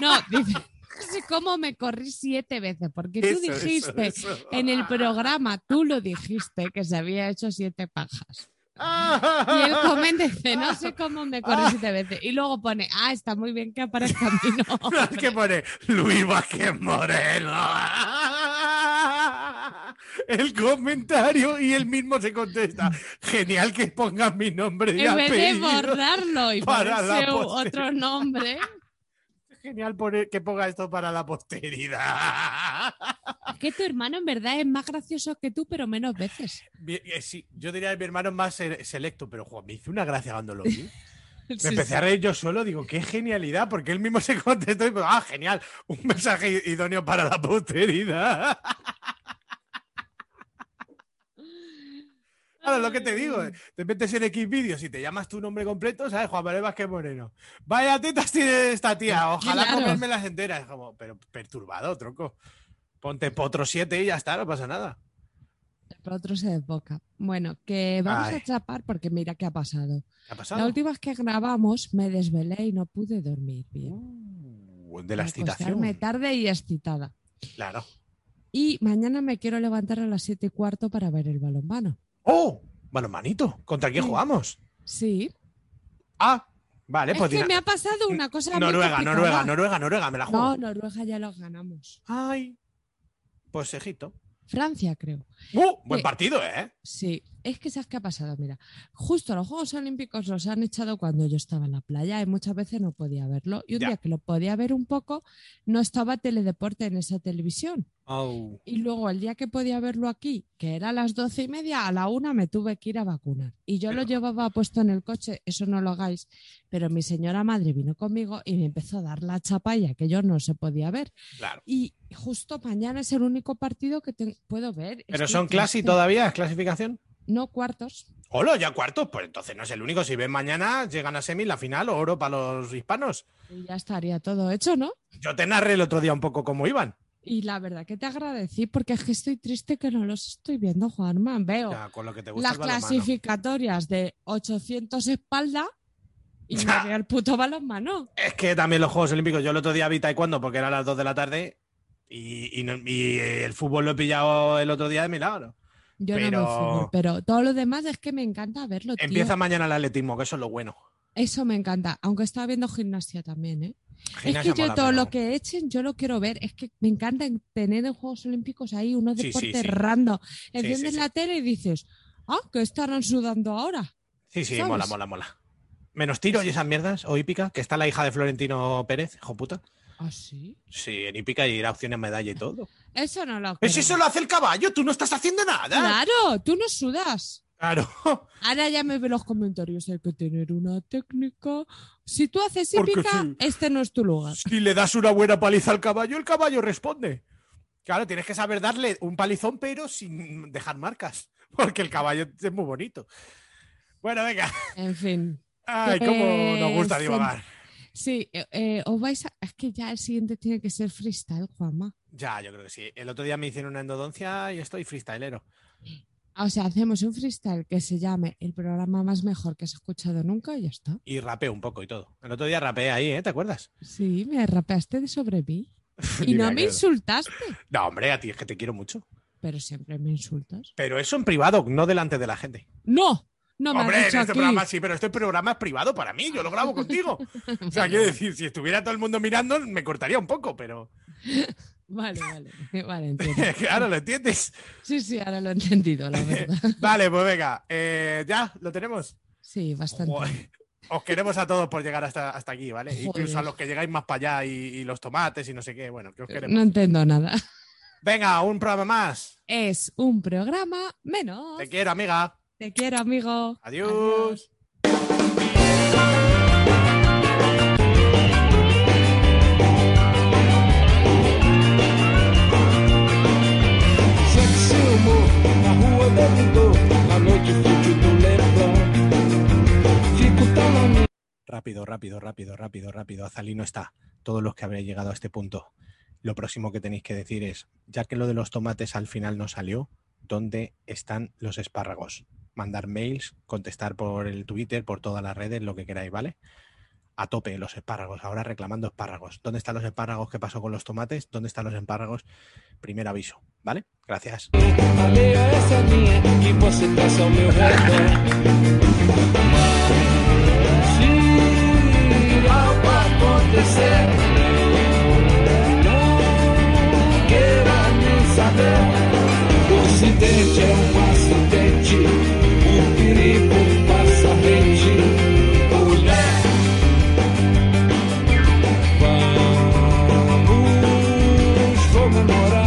Speaker 5: No, dice, no sé cómo me corrí siete veces, porque tú
Speaker 4: Eso, eso,
Speaker 5: dijiste
Speaker 4: eso.
Speaker 5: en el programa, tú lo dijiste, que se había hecho siete pajas. Y él comenta y dice, no sé cómo me corrí siete veces. Y luego pone, ah, está muy bien que aparezca a mí, no.
Speaker 4: No, es que pone Luis Vázquez Moreno. El comentario y él mismo se contesta. Genial que pongan mi nombre y
Speaker 5: En vez de
Speaker 4: apellido.
Speaker 5: borrarlo y
Speaker 4: para la
Speaker 5: ponerse u-
Speaker 4: poster-
Speaker 5: otro nombre.
Speaker 4: Genial poner- que ponga esto para la posteridad.
Speaker 5: Es que tu hermano en verdad es más gracioso que tú, pero menos veces.
Speaker 4: Mi- eh, sí, yo diría que mi hermano es más se- selecto, pero Juan, me hizo una gracia cuando lo vi. Me
Speaker 5: Sí,
Speaker 4: empecé
Speaker 5: sí.
Speaker 4: a reír yo solo, digo, qué genialidad, porque él mismo se contestó y dijo, ah, genial, un mensaje idóneo para la posteridad. Claro, es lo que te digo, eh, te metes en X vídeos y te llamas tu nombre completo, ¿sabes? Juan Manuel Vázquez Moreno. Vaya tetas tiene esta tía, ojalá
Speaker 5: Claro.
Speaker 4: comerme las enteras. Es como, pero perturbado, tronco. Ponte potro 7 y ya está, no pasa nada.
Speaker 5: Pero otro se desboca. Bueno, que vamos
Speaker 4: Ay.
Speaker 5: a chapar porque mira qué ha pasado.
Speaker 4: ¿Qué ha pasado?
Speaker 5: La última vez que grabamos me desvelé y no pude dormir bien.
Speaker 4: Uh, de la
Speaker 5: Acostarme
Speaker 4: excitación.
Speaker 5: tarde y excitada.
Speaker 4: Claro.
Speaker 5: Y mañana me quiero levantar a las 7 y cuarto para ver el balonmano.
Speaker 4: ¡Oh! Balonmanito. ¿Contra quién jugamos?
Speaker 5: Sí.
Speaker 4: Ah, vale,
Speaker 5: es
Speaker 4: pues
Speaker 5: que
Speaker 4: dirá-
Speaker 5: me ha pasado una cosa. muy
Speaker 4: Noruega,
Speaker 5: complicada.
Speaker 4: Noruega, Noruega, Noruega, me la juego.
Speaker 5: No, Noruega ya los ganamos.
Speaker 4: Ay. Pues Egipto.
Speaker 5: Francia, creo.
Speaker 4: ¡Uh! Buen
Speaker 5: Eh,
Speaker 4: partido, ¿eh?
Speaker 5: Sí, es que sabes qué ha pasado, mira, justo los Juegos Olímpicos los han echado cuando yo estaba en la playa y muchas veces no podía verlo. Y un
Speaker 4: Ya.
Speaker 5: día que lo podía ver un poco, no estaba teledeporte en esa televisión. Y luego el día que podía verlo aquí, que era a las doce y media, a la una me tuve que ir a vacunar. Y yo lo llevaba puesto en el coche, eso no lo hagáis, pero mi señora madre vino conmigo y me empezó a dar la chapa y aquello no se podía ver.
Speaker 4: Claro.
Speaker 5: Y justo mañana es el único partido que te- puedo ver.
Speaker 4: ¿Pero
Speaker 5: Estoy
Speaker 4: son clasi
Speaker 5: triste.
Speaker 4: todavía? ¿Es clasificación?
Speaker 5: No, cuartos.
Speaker 4: Hola, ya cuartos. Pues entonces no es el único. Si ven mañana, llegan a semi, la final, oro para los hispanos.
Speaker 5: Y ya estaría todo hecho, ¿no?
Speaker 4: Yo te narré el otro día un poco cómo iban.
Speaker 5: Y la verdad que te agradecí porque es que estoy triste que no los estoy viendo, Juanma. Veo
Speaker 4: Ya, con lo que te gusta
Speaker 5: las
Speaker 4: el balonmano.
Speaker 5: clasificatorias de 800 espalda y me veo el puto balonmano.
Speaker 4: Es que también los Juegos Olímpicos, yo el otro día vi taekwondo porque era a las 2 de la tarde y, y no- y el fútbol lo he pillado el otro día de milagro.
Speaker 5: Yo no
Speaker 4: Pero-
Speaker 5: me fútbol, pero todo lo demás es que me encanta verlo, tío.
Speaker 4: Empieza mañana el atletismo, que eso es lo bueno.
Speaker 5: Eso me encanta, aunque estaba viendo gimnasia también, ¿eh?
Speaker 4: Gimnasia
Speaker 5: es que yo
Speaker 4: mola,
Speaker 5: todo
Speaker 4: pero-
Speaker 5: lo que echen, yo lo quiero ver. Es que me encanta en- tener en Juegos Olímpicos ahí unos
Speaker 4: Sí, sí,
Speaker 5: deportes
Speaker 4: sí.
Speaker 5: random.
Speaker 4: sí,
Speaker 5: Enciendes
Speaker 4: sí.
Speaker 5: la tele y dices, ah, que estarán sudando ahora.
Speaker 4: Sí, sí,
Speaker 5: ¿Sabes?
Speaker 4: mola, mola, mola. Menos tiro y esas mierdas, o hípica, que está la hija de Florentino Pérez, hijo puta.
Speaker 5: ¿Ah, sí?
Speaker 4: Sí, en hípica y ir a opciones medalla y todo.
Speaker 5: Eso no lo
Speaker 4: Pero si
Speaker 5: creo.
Speaker 4: eso lo hace el caballo, tú no estás haciendo nada.
Speaker 5: Claro, tú no sudas.
Speaker 4: Claro.
Speaker 5: Ahora ya me ve los comentarios, hay que tener una técnica. Si tú haces
Speaker 4: Porque
Speaker 5: hípica,
Speaker 4: sí.
Speaker 5: este no es tu lugar.
Speaker 4: Si le das una buena paliza al caballo, el caballo responde. Claro, tienes que saber darle un palizón, pero sin dejar marcas, porque el caballo es muy bonito. Bueno, venga.
Speaker 5: En fin.
Speaker 4: Ay, cómo nos gusta
Speaker 5: En fin.
Speaker 4: divagar.
Speaker 5: Sí, eh, eh, os vais a- Es que ya el siguiente tiene que ser freestyle, Juanma.
Speaker 4: Ya, yo creo que sí. El otro día me hicieron una endodoncia y estoy freestylero.
Speaker 5: Ah, O sea, hacemos un freestyle que se llame el programa más mejor que has escuchado nunca y ya está.
Speaker 4: Y rapeo un poco y todo. El otro día rapeé ahí, ¿eh? ¿Te acuerdas?
Speaker 5: Sí, me rapeaste de sobre mí. Y
Speaker 4: Ni
Speaker 5: no
Speaker 4: me acuerdo.
Speaker 5: me insultaste.
Speaker 4: No, hombre, a ti es que te quiero mucho.
Speaker 5: Pero siempre me insultas.
Speaker 4: Pero eso en privado, no delante de la gente.
Speaker 5: ¡No! No me
Speaker 4: hombre,
Speaker 5: has
Speaker 4: en
Speaker 5: dicho
Speaker 4: este
Speaker 5: aquí.
Speaker 4: programa sí, pero este programa es privado para mí, yo lo grabo contigo. O sea, quiero decir, si estuviera todo el mundo mirando, me cortaría un poco, pero.
Speaker 5: Vale, vale. Vale, entiendo.
Speaker 4: Ahora lo entiendes.
Speaker 5: Sí, sí, ahora lo he entendido, la verdad.
Speaker 4: Vale, pues venga, eh, ya, lo tenemos.
Speaker 5: Sí, bastante.
Speaker 4: Joder. Os queremos a todos por llegar hasta, hasta aquí, ¿vale?
Speaker 5: Joder.
Speaker 4: Incluso a los que llegáis más para allá y, y los tomates y no sé qué. Bueno, que os queremos.
Speaker 5: Eh, No entiendo nada.
Speaker 4: Venga, un programa más.
Speaker 5: Es un programa menos.
Speaker 4: Te quiero, amiga.
Speaker 5: Te quiero, amigo.
Speaker 4: Adiós.
Speaker 11: Sexy humor, na rua bebendo, na noite fútil do Leblon. Fico tão na minha.
Speaker 4: Rápido, rápido, rápido, rápido, rápido. Azalí no está. Todos los que habréis llegado a este punto. Lo próximo que tenéis que decir es, ya que lo de los tomates al final no salió, ¿dónde están los espárragos? Mandar mails, contestar por el Twitter, por todas las redes, lo que queráis, ¿vale? A tope los espárragos, ahora reclamando espárragos. ¿Dónde están los espárragos? ¿Qué pasó con los tomates? ¿Dónde están los espárragos? Primer aviso, ¿vale? Gracias.
Speaker 11: Falei, "Ó, essa minha que você traça ao meu redor. Se algo acontecer, não queira nem saber. O acidente é um acidente, o perigo passa rente. Mulher, vamos comemorar.